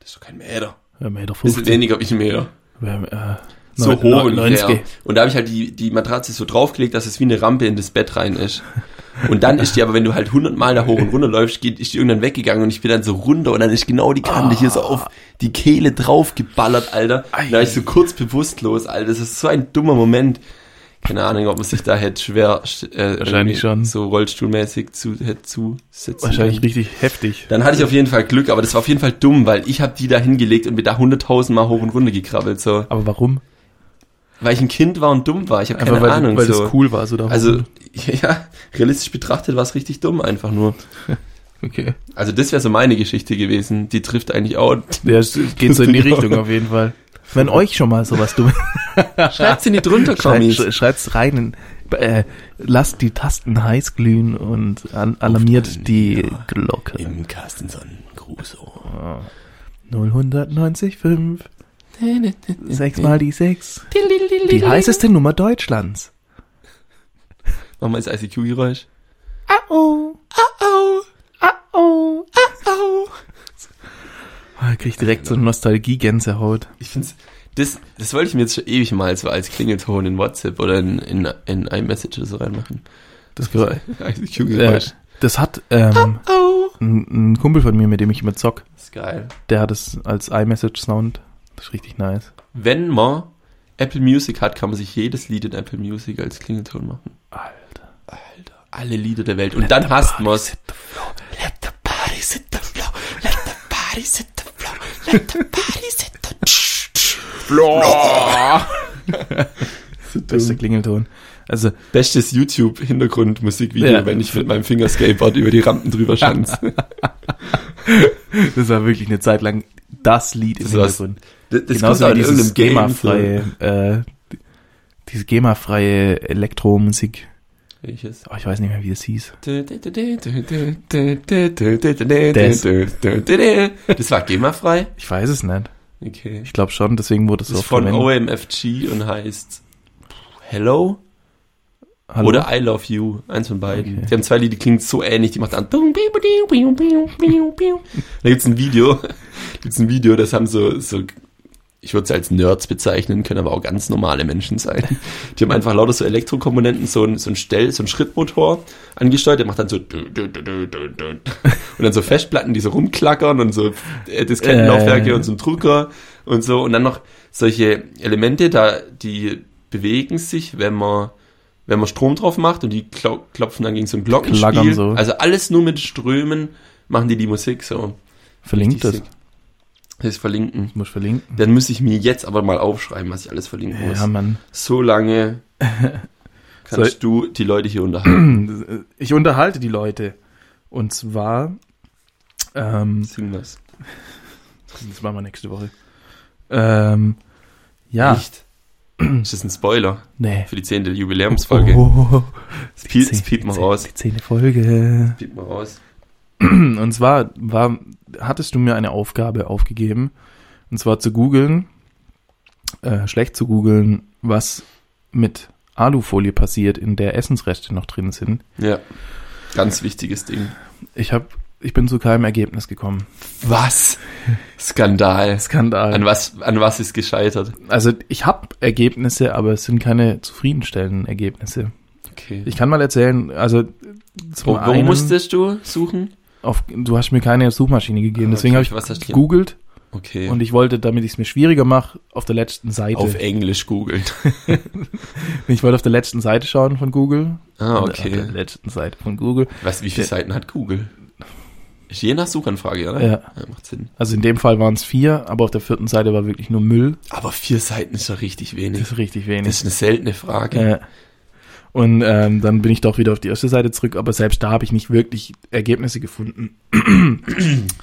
B: Das ist doch kein Meter.
A: Ja, Meter
B: Bisschen
A: 50.
B: weniger, bisschen mehr
A: Ja, äh,
B: so
A: neun-
B: hoch
A: neun-
B: ungefähr.
A: 90.
B: Und da habe ich halt die, die Matratze so draufgelegt, dass es wie eine Rampe in das Bett rein ist. Und dann ist die aber, wenn du halt hundertmal da hoch und runter läufst, geht, ist die irgendwann weggegangen und ich bin dann so runter und dann ist genau die Kante hier so auf die Kehle draufgeballert, Alter. Da war ich so kurz bewusstlos, Alter. Das ist so ein dummer Moment. Keine Ahnung, ob man sich da hätte schwer äh, irgendwie
A: schon.
B: so rollstuhlmäßig zu, hätte zusetzen
A: Wahrscheinlich richtig heftig.
B: dann hatte ich auf jeden Fall Glück, aber das war auf jeden Fall dumm, weil ich habe die da hingelegt und bin da hunderttausendmal hoch und runter gekrabbelt. So.
A: Aber warum?
B: Weil ich ein Kind war und dumm war. Ich habe keine
A: Einfach weil,
B: Ahnung.
A: weil
B: so.
A: das cool war. So da
B: Also,
A: hoch.
B: ja, realistisch betrachtet war es richtig dumm einfach nur.
A: okay.
B: Also, das wäre so meine Geschichte gewesen. Die trifft eigentlich auch.
A: Ja, es geht so in die Richtung auf jeden Fall. Wenn euch schon mal sowas dumm
B: Schreibt's in die drunter,
A: Schreibt,
B: Kommis.
A: sch- schreibt's rein, in, äh, lasst die Tasten heiß glühen und an, alarmiert die Glocke.
B: Im Carstenson Crusoe.
A: 095, sechsmal die 6. Die heißeste Nummer Deutschlands.
B: Machen wir das ICQ-Geräusch.
A: Oh,
B: Au,
A: oh.
B: au.
A: Ah, Ich krieg direkt so eine Nostalgie-Gänsehaut.
B: Ich find's, das, das wollte ich mir jetzt schon ewig mal so als Klingelton in WhatsApp oder in, in, in iMessage oder so reinmachen.
A: Das, Geräusch- äh,
B: ICQ-Geräusch.
A: das hat ähm,
B: Au.
A: ein, ein Kumpel von mir, mit dem ich immer zock,
B: Das ist geil.
A: der hat es als iMessage-Sound. Das ist richtig nice.
B: Wenn man Apple Music hat, kann man sich jedes Lied in Apple Music als Klingelton machen.
A: Alter.
B: Alter, alle Lieder der Welt. Und dann hasst man's. Let the party sit the flow. Let the party sit the flow. Let the party sit the flow.
A: Bester Klingelton. Also,
B: Bestes YouTube-Hintergrundmusikvideo,
A: Ja.
B: wenn ich mit meinem Fingerskateboard über die Rampen drüber schanze.
A: das war wirklich eine Zeit lang das Lied im
B: Das war's.
A: Hintergrund.
B: Das, das
A: Genauso
B: kommt
A: wie
B: auch in
A: dieses
B: irgendeinem Game. so.
A: GEMA-freie, äh, diese GEMA-freie Elektromusik.
B: Welches?
A: Oh, ich weiß nicht mehr, wie es hieß.
B: Das war GEMA-frei?
A: Ich weiß es nicht.
B: Okay.
A: Ich glaube schon, deswegen wurde es
B: Das
A: so
B: ist von
A: verwendet.
B: OMFG und heißt Hello
A: Hallo?
B: oder I Love You. Eins von beiden.
A: Okay.
B: Die haben zwei Lieder, die klingen so ähnlich. Die macht dann. Da gibt's ein Video. gibt's ein Video, das haben so. so ich würde es als Nerds bezeichnen, können aber auch ganz normale Menschen sein. Die haben einfach lauter so Elektrokomponenten, so ein, so ein Stell, so ein Schrittmotor angesteuert, der macht dann so dü- dü- dü- dü- dü- dü- und dann so Festplatten, die so rumklackern und so äh, Diskettenlaufwerke
A: Äh.
B: und so ein Drucker und so und dann noch solche Elemente, da die bewegen sich, wenn man wenn man Strom drauf macht und die klau- klopfen dann gegen so ein Glockenspiel.
A: Klackern so.
B: Also alles nur mit Strömen machen die die Musik so.
A: Verlinkt
B: Richtig
A: das.
B: sick. Das verlinken.
A: Ich muss verlinken.
B: Dann muss ich mir jetzt aber mal aufschreiben, was ich alles verlinken muss.
A: Ja, Mann.
B: So lange kannst
A: Soll-
B: du die Leute hier unterhalten.
A: Ich unterhalte die Leute. Und zwar, ähm,
B: Sing was.
A: das machen wir nächste Woche. Ähm, ja,
B: Nicht. Ist das ein Spoiler
A: nee.
B: für die zehnte Jubiläumsfolge?
A: Oh, oh, oh, oh.
B: Das piep-
A: Die
B: das
A: zehn-
B: piept mal
A: die zehn-
B: raus.
A: Die zehnte Folge.
B: Piept mal raus.
A: Und zwar war, hattest du mir eine Aufgabe aufgegeben, und zwar zu googeln, äh, schlecht zu googeln, was mit Alufolie passiert, in der Essensreste noch drin sind.
B: Ja. Ganz wichtiges Ding.
A: Ich habe, ich bin zu keinem Ergebnis gekommen.
B: Was? Skandal.
A: Skandal.
B: An was, an was ist gescheitert?
A: Also ich habe Ergebnisse, aber es sind keine zufriedenstellenden Ergebnisse.
B: Okay.
A: Ich kann mal erzählen, also zum
B: Wo,
A: einen,
B: wo musstest du suchen?
A: auf, du hast mir keine Suchmaschine gegeben,
B: Ah,
A: deswegen habe
B: okay.
A: ich
B: Was hast du hier?
A: gegoogelt
B: Okay.
A: und ich wollte, damit ich es mir schwieriger mache, auf der letzten Seite.
B: auf Englisch googeln.
A: ich wollte auf der letzten Seite schauen von Google.
B: Ah,
A: Auf der
B: okay.
A: letzten Seite von Google.
B: Was, wie viele
A: Der-
B: Seiten hat Google? Ist je nach Suchanfrage, oder?
A: Ja.
B: Macht Sinn.
A: Also in dem Fall waren es vier, aber auf der vierten Seite war wirklich nur Müll.
B: Aber vier Seiten ist ja richtig
A: Das
B: wenig.
A: ist richtig wenig.
B: Das ist eine seltene Frage.
A: Ja. Und ähm, dann bin ich doch wieder auf die erste Seite zurück, aber selbst da habe ich nicht wirklich Ergebnisse gefunden.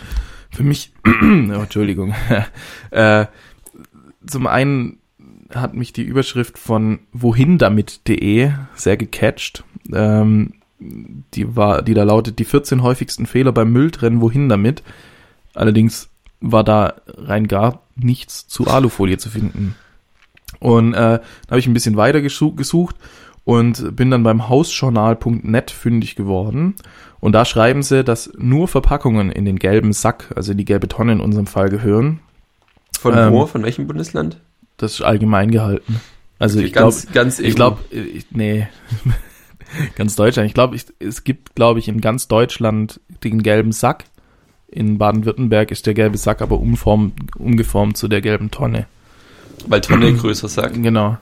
A: Für mich, oh, Entschuldigung, äh, zum einen hat mich die Überschrift von wohindamit.de sehr gecatcht. Ähm, die, war, die da lautet, die 14 häufigsten Fehler beim Mülltrennen, wohin damit? Allerdings war da rein gar nichts zu Alufolie zu finden. Und äh, da habe ich ein bisschen weiter gesu- gesucht und bin dann beim hausjournal.net fündig geworden. Und da schreiben sie, dass nur Verpackungen in den gelben Sack, also die gelbe Tonne in unserem Fall, gehören.
B: Von
A: Ähm,
B: wo? Von welchem Bundesland?
A: Das ist allgemein gehalten. Also ich glaube,
B: ganz, ganz
A: ich
B: EU.
A: glaube, nee, ganz Deutschland. Ich glaube, ich- es gibt, glaube ich, in ganz Deutschland den gelben Sack. In Baden-Württemberg ist der gelbe Sack aber umform, umgeformt zu der gelben Tonne.
B: weil Tonne größer sagt.
A: Genau.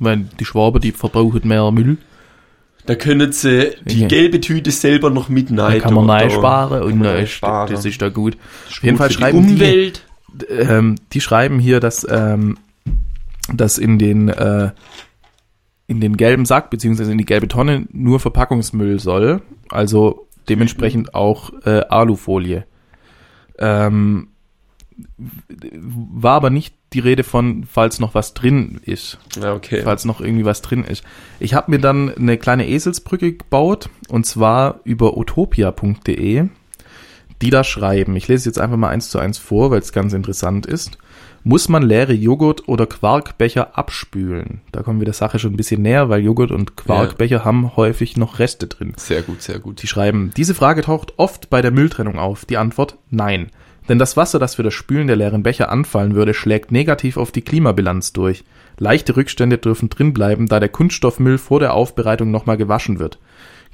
A: Weil die Schwaber, die verbrauchen mehr Müll.
B: Da können sie die
A: Ja.
B: gelbe Tüte selber noch mitneiden.
A: Da kann man
B: oder?
A: nein sparen
B: Kann
A: und
B: man
A: da
B: rein
A: ist,
B: sparen.
A: das ist da gut.
B: Ist gut
A: jedenfalls
B: für
A: schreiben die-
B: die Umwelt.
A: ähm, die schreiben hier, dass, ähm, dass in den äh, in den gelben Sack beziehungsweise in die gelbe Tonne nur Verpackungsmüll soll, also dementsprechend auch äh, Alufolie. Ähm, war aber nicht die Rede von, falls noch was drin ist
B: Ja, okay.
A: falls noch irgendwie was drin ist. Ich habe mir dann eine kleine Eselsbrücke gebaut und zwar über utopia.de, die da schreiben. Ich lese jetzt einfach mal eins zu eins vor, weil es ganz interessant ist. Muss man leere Joghurt- oder Quarkbecher abspülen? Da kommen wir der Sache schon ein bisschen näher, weil Joghurt und Quarkbecher haben häufig noch Reste drin.
B: Sehr gut, sehr gut.
A: Sie schreiben, diese Frage taucht oft bei der Mülltrennung auf. Die Antwort nein. Denn das Wasser, das für das Spülen der leeren Becher anfallen würde, schlägt negativ auf die Klimabilanz durch. Leichte Rückstände dürfen drinbleiben, da der Kunststoffmüll vor der Aufbereitung nochmal gewaschen wird.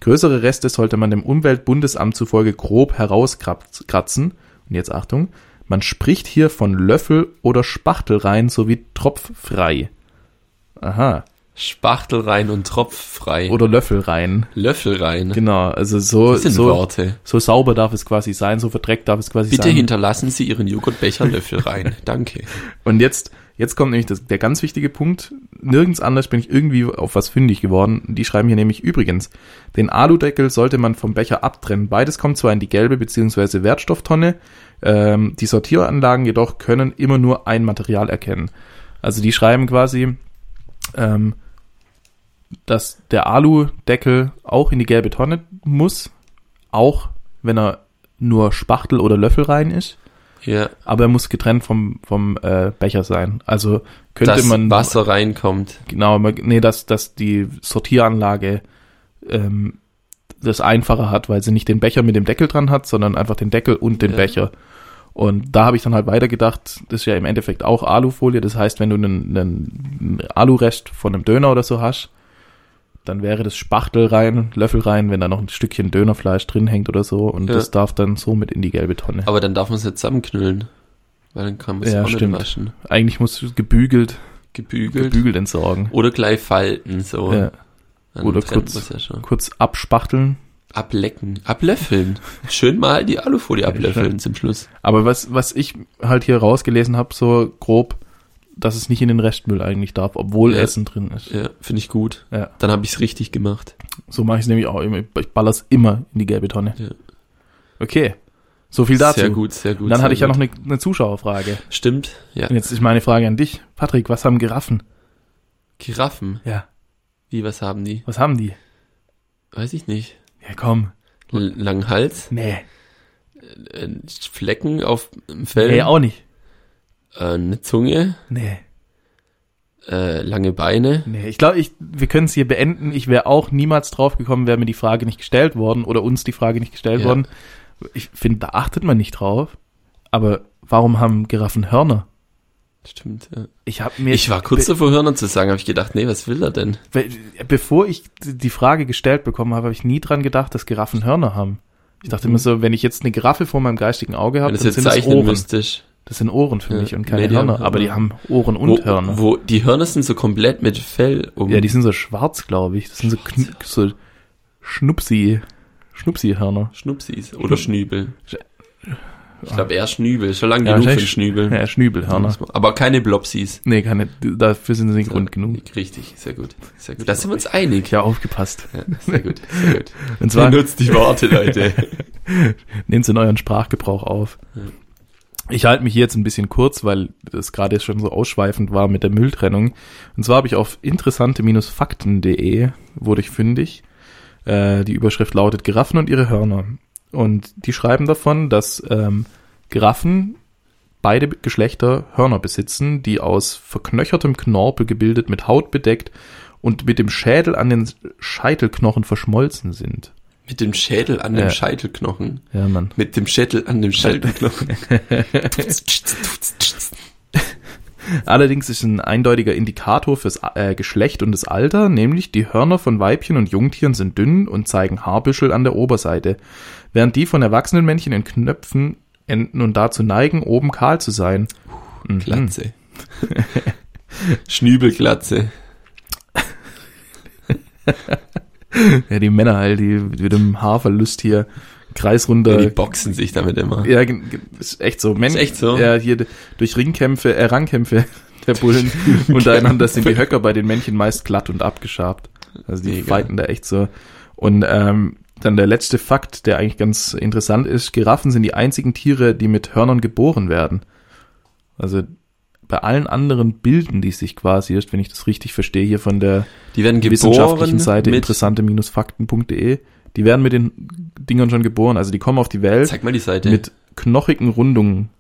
A: Größere Reste sollte man dem Umweltbundesamt zufolge grob herauskratzen. Und jetzt Achtung, man spricht hier von Löffel- oder Spachtelrein sowie tropffrei. Aha.
B: Spachtel rein und Tropf frei.
A: Oder Löffelrein.
B: Löffel rein.
A: Genau, also so.
B: Das sind
A: so,
B: Worte.
A: so sauber darf es quasi sein, so verdreckt darf es quasi
B: Bitte
A: sein.
B: hinterlassen Sie Ihren Joghurtbecher Löffel rein. Danke.
A: Und jetzt, jetzt kommt nämlich das, der ganz wichtige Punkt. Nirgends anders bin ich irgendwie auf was fündig geworden. Die schreiben hier nämlich übrigens, den Aludeckel sollte man vom Becher abtrennen. Beides kommt zwar in die gelbe bzw. Wertstofftonne, ähm, die Sortieranlagen jedoch können immer nur ein Material erkennen. Also die schreiben quasi, ähm, dass der Aludeckel auch in die gelbe Tonne muss, auch wenn er nur Spachtel oder Löffel rein ist
B: Ja,
A: aber er muss getrennt vom, vom äh, Becher sein. Also könnte
B: dass
A: man
B: Wasser reinkommt.
A: genau, man, nee, dass, dass die Sortieranlage ähm, das einfacher hat, weil sie nicht den Becher mit dem Deckel dran hat, sondern einfach den Deckel und den
B: Ja.
A: Becher. Und da habe ich dann halt weitergedacht, das ist ja im Endeffekt auch Alufolie. Das heißt, wenn du einen, einen Alurest von einem Döner oder so hast, dann wäre das Spachtel rein, Löffel rein, wenn da noch ein Stückchen Dönerfleisch drin hängt oder so. Und
B: Ja.
A: das darf dann so mit in die gelbe Tonne.
B: Aber dann darf man es nicht zusammenknüllen. Weil dann kann man es
A: Ja,
B: auch nicht
A: stimmt.
B: waschen.
A: Eigentlich musst du gebügelt
B: Gebügelt.
A: gebügelt entsorgen.
B: Oder gleich falten. So.
A: Ja.
B: Dann
A: Oder
B: trennt
A: kurz-
B: man's Ja schon.
A: Kurz abspachteln.
B: Ablecken. Ablöffeln. Schön mal die Alufolie ablöffeln zum Schluss.
A: Aber was, was ich halt hier rausgelesen habe, so grob, dass es nicht in den Restmüll eigentlich darf, obwohl
B: Ja.
A: Essen drin ist.
B: Ja, finde ich gut.
A: Ja.
B: Dann habe ich es richtig gemacht.
A: So mache ich es nämlich auch immer. Ich baller's immer in die gelbe Tonne.
B: Ja.
A: Okay. So viel dazu.
B: Sehr gut, sehr gut.
A: Und dann
B: sehr
A: hatte ich ja
B: gut.
A: noch eine, eine Zuschauerfrage.
B: Stimmt, ja.
A: Und jetzt ist meine Frage an dich. Patrick, was haben Giraffen?
B: Giraffen.
A: Ja.
B: Wie, was haben die?
A: Was haben die?
B: Weiß ich nicht.
A: Ja, komm.
B: L langen Hals?
A: Nee.
B: äh, Flecken auf dem Fell,
A: Nee, auch nicht.
B: äh, eine Zunge,
A: Nee,
B: äh, lange Beine.
A: nee. Ich glaube, ich, wir können es hier beenden. Ich wäre auch niemals drauf gekommen, wäre mir die Frage nicht gestellt worden oder uns die Frage nicht gestellt
B: Ja.
A: worden. Ich finde, da achtet man nicht drauf. Aber warum haben Giraffen Hörner?
B: Stimmt. Ja.
A: Ich habe mir
B: Ich war kurz davor, Hörner zu sagen, habe ich gedacht, nee, was will er denn?
A: Be bevor ich die Frage gestellt bekommen habe, habe ich nie dran gedacht, dass Giraffen Hörner haben. Ich dachte immer so, wenn ich jetzt eine Giraffe vor meinem geistigen Auge habe,
B: Mhm. Wenn
A: dann
B: das jetzt
A: sind das
B: zeichnen
A: Ohren.
B: müsstest.
A: Das sind Ohren für
B: Ja,
A: mich und keine
B: nee, die haben
A: Hörner. Aber die haben Ohren und
B: wo,
A: Hörner.
B: Wo die Hörner sind so komplett mit Fell um.
A: Ja, die sind so schwarz, glaube ich. Das sind so, kn so Schnupsi, Schnupsi-Hörner.
B: Schnupsis oder Schnübel. Ich glaube eher Schnübel, schon lange genug für einen
A: wahrscheinlich
B: Schnübel.
A: Ja, Schnübelhörner.
B: Aber keine Blopsis.
A: Nee, keine, dafür sind sie nicht rund genug.
B: Richtig, sehr gut. Sehr gut. Da sind wir uns einig.
A: Ja, aufgepasst.
B: Ja, sehr gut, sehr gut.
A: Und zwar,
B: Benutzt die Worte, Leute.
A: Nehmt es in euren Sprachgebrauch auf.
B: Ja.
A: Ich halte mich hier jetzt ein bisschen kurz, weil das gerade schon so ausschweifend war mit der Mülltrennung. Und zwar habe ich auf interessante-fakten.de wurde ich fündig. Äh, die Überschrift lautet Giraffen und ihre Hörner. Und die schreiben davon, dass ähm, Giraffen beide Geschlechter Hörner besitzen, die aus verknöchertem Knorpel gebildet, mit Haut bedeckt und mit dem Schädel an den Scheitelknochen verschmolzen sind.
B: Mit dem Schädel an dem
A: Ja.
B: Scheitelknochen.
A: Ja, Mann.
B: Mit dem Schädel an dem Scheitelknochen.
A: Allerdings ist ein eindeutiger Indikator fürs äh, Geschlecht und das Alter, nämlich die Hörner von Weibchen und Jungtieren sind dünn und zeigen Haarbüschel an der Oberseite, während die von erwachsenen Männchen in Knöpfen enden und dazu neigen, oben kahl zu sein. Mhm.
B: Glatze. Schnübelglatze.
A: Ja, die Männer halt, die mit dem Haarverlust hier kreisrunder.
B: Die boxen sich damit immer.
A: Äh, Ja, gen- gen- ist echt so. Mensch,
B: Ist echt so?
A: Ja, hier d- durch Ringkämpfe, äh, Rangkämpfe der Bullen
B: Genau.
A: untereinander sind die Höcker bei den Männchen meist glatt und abgeschabt. Also die
B: Mega.
A: fighten da echt so. Und ähm, dann der letzte Fakt, der eigentlich ganz interessant ist. Giraffen sind die einzigen Tiere, die mit Hörnern geboren werden. Also bei allen anderen bilden die sich quasi erst, wenn ich das richtig verstehe, hier von der
B: Die werden
A: wissenschaftlichen
B: geboren
A: Seite
B: mit
A: interessante-fakten.de. Die werden mit den Dingern schon geboren. Also die kommen auf die Welt
B: Zeig mal die Seite.
A: mit knochigen Rundungen.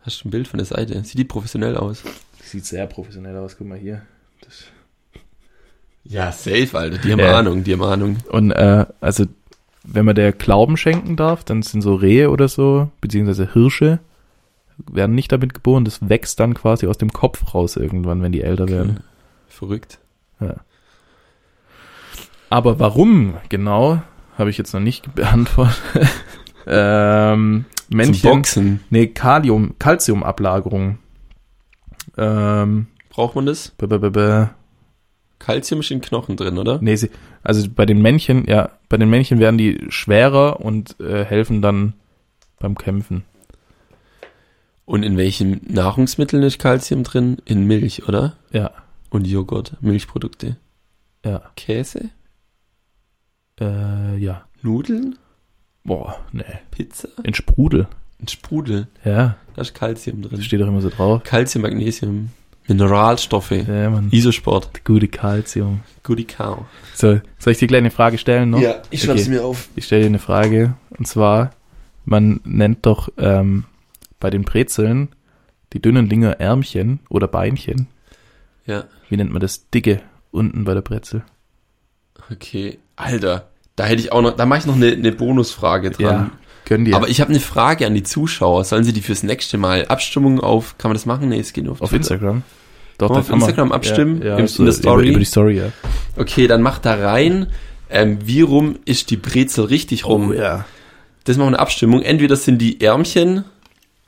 B: Hast du ein Bild von der Seite? Sieht die professionell aus?
A: Sieht sehr professionell aus, guck mal hier.
B: Ja, safe, Alter. Die haben
A: Ja.
B: Ahnung, die haben Ahnung.
A: Und äh, also, wenn man der Glauben schenken darf, dann sind so Rehe oder so, beziehungsweise Hirsche, werden nicht damit geboren. Das wächst dann quasi aus dem Kopf raus irgendwann, wenn die älter werden.
B: Verrückt.
A: Aber warum genau, habe ich jetzt noch nicht beantwortet. ähm,
B: Zum
A: Männchen,
B: Boxen
A: nee, Kalium, Calciumablagerung. Ähm,
B: braucht man das?
A: b -b -b -b
B: Kalzium ist in Knochen drin, oder?
A: Nee, sie, also bei den Männchen, ja, bei den Männchen werden die schwerer und äh, helfen dann beim Kämpfen.
B: Und in welchen Nahrungsmitteln ist Kalzium drin? In Milch, oder?
A: Ja,
B: Und Joghurt, Milchprodukte.
A: ja,
B: Käse?
A: äh, ja.
B: Nudeln?
A: Boah, nee.
B: Pizza?
A: In Sprudel.
B: Ein Sprudel.
A: Ja,
B: Da ist Kalzium drin.
A: das steht doch immer so drauf.
B: Kalzium, Magnesium, Mineralstoffe.
A: Ja, man.
B: Isosport.
A: Gute Kalzium.
B: Goody Cow. ne?
A: So, soll ich dir gleich eine Frage stellen noch?
B: ich
A: schreib's
B: mir auf.
A: Ich stelle dir eine Frage. Und zwar, man nennt doch ähm, bei den Brezeln die dünnen Dinger Ärmchen oder Beinchen.
B: Ja,
A: Wie nennt man das? Dicke unten bei der Brezel.
B: okay. Alter, da hätte ich auch noch, da mache ich noch eine, eine Bonusfrage dran.
A: Können die
B: Aber ich habe eine Frage an die Zuschauer. Sollen sie die fürs nächste Mal Abstimmung auf, kann man das machen? Nee, es geht nur auf,
A: Auf
B: Twitter.
A: Instagram? Doch,
B: Wollen wir auf
A: kann man-
B: Instagram abstimmen?
A: Ja, ja,
B: Im- in
A: so
B: der Story?
A: Über, über die Story, ja.
B: Okay, dann macht da rein. Ähm, wie rum ist die Brezel richtig rum?
A: Oh ja.
B: Das machen wir eine Abstimmung. Entweder sind die Ärmchen,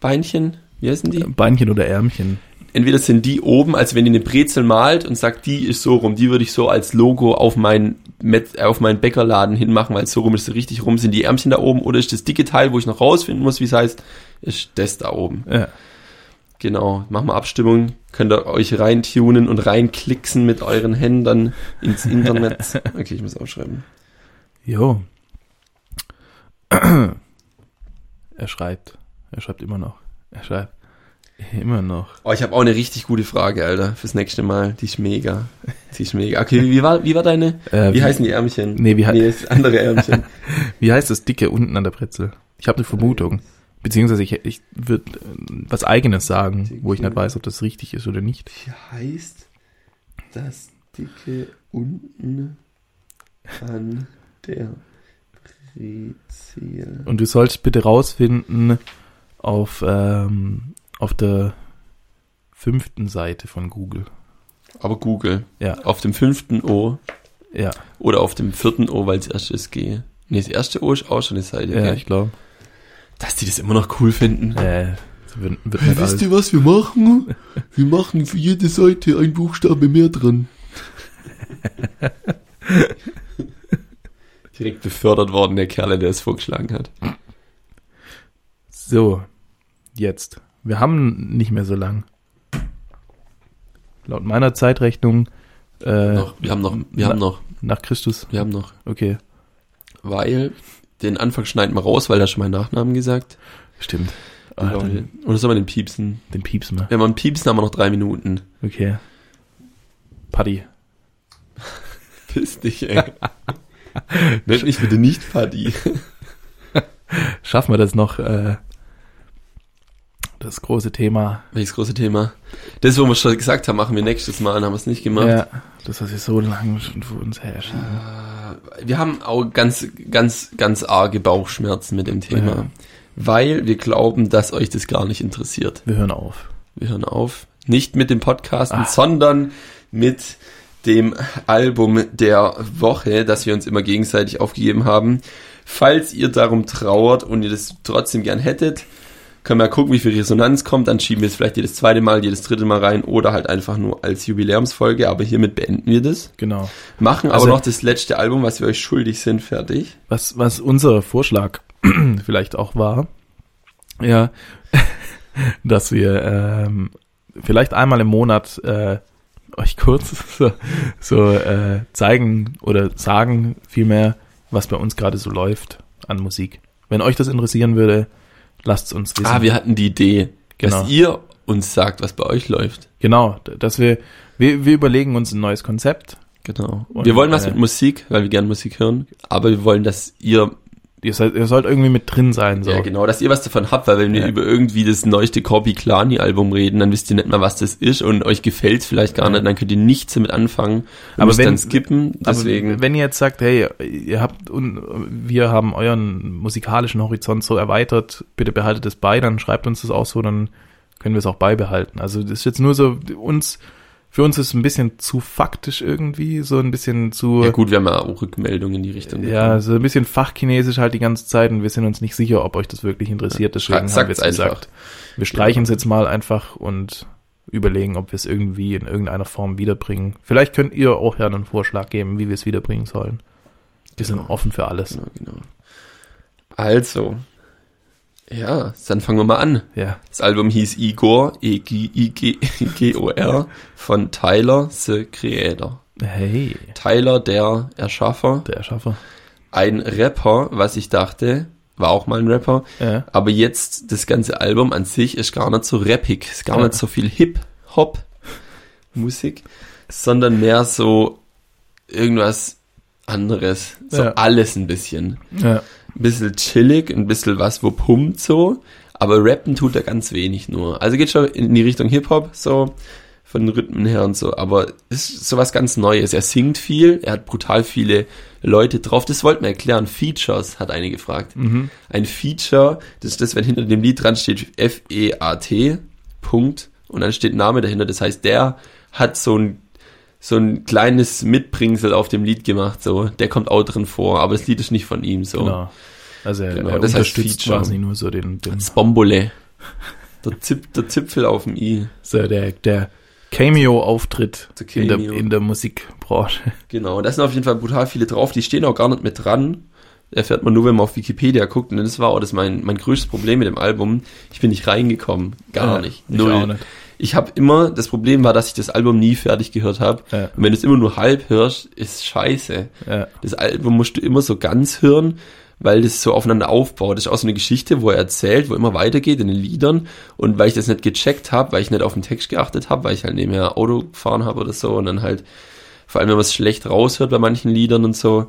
B: Beinchen, wie heißen die?
A: Beinchen oder Ärmchen.
B: Entweder sind die oben, als wenn ihr eine Brezel malt und sagt, die ist so rum, die würde ich so als Logo auf meinen, Met- äh, auf meinen Bäckerladen hinmachen, weil so rum ist sie richtig rum, sind die Ärmchen da oben oder ist das dicke Teil, wo ich noch rausfinden muss, wie es heißt, ist das da oben.
A: Ja.
B: Genau, machen wir Abstimmung, könnt ihr euch reintunen und reinklicksen mit euren Händen ins Internet. Okay, ich muss aufschreiben.
A: Jo. er schreibt. Er schreibt immer noch. Er schreibt immer noch.
B: Oh, ich habe auch eine richtig gute Frage, Alter, fürs nächste Mal. Die ist mega. Die ist mega. Okay, wie war, wie war deine?
A: Äh,
B: Wie heißen die Ärmchen?
A: Nee, wie hei-
B: nee, das andere Ärmchen.
A: Wie heißt das Dicke unten an der Brezel? Ich habe eine Vermutung. Beziehungsweise ich, ich würde was eigenes sagen, wo ich nicht weiß, ob das richtig ist oder nicht.
B: Hier heißt das dicke unten an der Brezel.
A: Und du sollst bitte rausfinden auf, ähm, auf der fünften Seite von Google.
B: Aber Google.
A: Ja.
B: Auf dem fünften O
A: Ja,
B: oder auf dem vierten O, weil das erste ist G. Nee, das erste O ist auch schon eine Seite.
A: ja,
B: gell?
A: ich glaube.
B: Dass die das immer noch cool finden.
A: Äh, es wird, wird nicht alles.
B: ihr, was wir machen? Wir machen für jede Seite ein Buchstabe mehr dran. Direkt befördert worden, der Kerl, der es vorgeschlagen hat.
A: So, jetzt. Wir haben nicht mehr so lang. Laut meiner Zeitrechnung äh,
B: noch, wir haben noch, wir haben noch,
A: nach Christus.
B: wir haben noch.
A: Okay,
B: Weil, den Anfang schneiden wir raus, weil da schon mein Nachnamen gesagt.
A: stimmt. Ah,
B: Lol.
A: dann,
B: Oder soll man den piepsen?
A: den piepsen wir.
B: Wenn man piepsen, haben wir noch drei Minuten.
A: Okay. Paddy.
B: Piss dich, ey. Nenn mich bitte nicht Paddy.
A: Schaffen wir das noch? Äh, das große Thema.
B: Welches große Thema? Das, wo wir schon gesagt haben, machen wir nächstes Mal und haben es nicht gemacht.
A: Ja, das, was wir so lange schon vor uns herrschen.
B: Wir haben auch ganz, ganz, ganz arge Bauchschmerzen mit dem Thema.
A: Ja.
B: Weil wir glauben, dass euch das gar nicht interessiert.
A: Wir hören auf.
B: Wir hören auf. Nicht mit dem Podcasten,
A: Ah.
B: sondern mit dem Album der Woche, das wir uns immer gegenseitig aufgegeben haben. Falls ihr darum trauert und ihr das trotzdem gern hättet, können wir gucken, wie viel Resonanz kommt. Dann schieben wir es vielleicht jedes zweite Mal, jedes dritte Mal rein oder halt einfach nur als Jubiläumsfolge. Aber hiermit beenden wir das.
A: Genau.
B: Machen
A: Also-
B: aber noch das letzte Album, was wir euch schuldig sind, fertig.
A: Was, was unser Vorschlag vielleicht auch war, ja, dass wir ähm, vielleicht einmal im Monat äh, euch kurz so, so äh, zeigen oder sagen vielmehr, was bei uns gerade so läuft an Musik. Wenn euch das interessieren würde, lasst es uns wissen.
B: Ah, wir hatten die Idee,
A: Genau.
B: dass ihr uns sagt, was bei euch läuft.
A: genau, d- dass wir, wir, wir überlegen uns ein neues Konzept.
B: Genau.
A: Und,
B: wir wollen was
A: äh,
B: mit Musik, weil wir gerne Musik hören, aber wir wollen, dass ihr
A: Ihr sollt, ihr sollt irgendwie mit drin sein. So.
B: ja genau, dass ihr was davon habt, weil wenn
A: Ja.
B: wir über irgendwie das neueste Corby Klani Album reden, dann wisst ihr nicht mal, was das ist und euch gefällt vielleicht gar
A: Ja.
B: nicht, dann könnt ihr nichts damit anfangen.
A: Aber
B: müsst
A: wenn-
B: dann skippen, deswegen
A: Aber wenn ihr jetzt sagt, hey, ihr habt un, wir haben euren musikalischen Horizont so erweitert, bitte behaltet es bei, dann schreibt uns das auch so, dann können wir es auch beibehalten. Also das ist jetzt nur so uns für uns ist es ein bisschen zu faktisch irgendwie, so ein bisschen zu
B: ja gut, wir haben ja auch Rückmeldungen in die Richtung.
A: ja, so ein bisschen fachchinesisch halt die ganze Zeit und wir sind uns nicht sicher, ob euch das wirklich interessiert. Deswegen haben wir
B: Sagt's
A: jetzt
B: einfach.
A: gesagt, wir streichen es jetzt mal einfach und überlegen, ob wir es irgendwie in irgendeiner Form wiederbringen. Vielleicht könnt ihr auch ja einen Vorschlag geben, wie wir es wiederbringen sollen. Wir sind offen für alles.
B: Genau, genau. Also ja, dann fangen wir mal an.
A: Ja,
B: Das Album hieß Igor, E E-G-O-R, von Tyler, The Creator.
A: hey,
B: Tyler, der Erschaffer,
A: der Erschaffer.
B: ein Rapper, was ich dachte, war auch mal ein Rapper,
A: Ja,
B: aber jetzt das ganze Album an sich ist gar nicht so rappig, ist gar
A: Ja.
B: nicht so viel Hip-Hop-Musik, sondern mehr so irgendwas anderes, so
A: Ja.
B: alles ein bisschen.
A: ja,
B: Ein bisschen chillig, ein bisschen was, wo pumpt so, aber rappen tut er ganz wenig nur. Also geht schon in die Richtung Hip-Hop, so, von den Rhythmen her und so, aber ist sowas ganz Neues. Er singt viel, er hat brutal viele Leute drauf. Das wollten wir erklären. Features, hat eine gefragt. Ein Feature, das ist das, wenn hinter dem Lied dran steht F-E-A-T, Punkt, und dann steht Name dahinter. Das heißt, der hat so ein so ein kleines Mitbringsel auf dem Lied gemacht, so. Der kommt auch drin vor, aber das Lied ist nicht von ihm, so.
A: genau. Also er,
B: Genau,
A: er
B: das heißt
A: unterstützt
B: Feature.
A: quasi nur so den, den
B: Das Bombole. Der, Zip, der Zipfel auf dem I.
A: so der, der Cameo-Auftritt
B: Der
A: in, der,
B: Cameo.
A: in der Musikbranche.
B: Genau, da sind auf jeden Fall brutal viele drauf. Die stehen auch gar nicht mit dran. Erfährt man nur, wenn man auf Wikipedia guckt. Und das war auch das mein, mein größtes Problem mit dem Album. Ich bin nicht reingekommen. Gar
A: Ja,
B: nicht.
A: ich
B: Null.
A: auch nicht.
B: Ich habe immer, das Problem war, dass ich das Album nie fertig gehört habe.
A: Ja.
B: Und wenn du es immer nur halb hörst, ist scheiße.
A: Ja.
B: Das Album musst du immer so ganz hören, weil das so aufeinander aufbaut. Das ist auch so eine Geschichte, wo er erzählt, wo immer weitergeht in den Liedern. Und weil ich das nicht gecheckt habe, weil ich nicht auf den Text geachtet habe, weil ich halt nebenher Auto gefahren habe oder so und dann halt, vor allem wenn man es schlecht raushört bei manchen Liedern und so,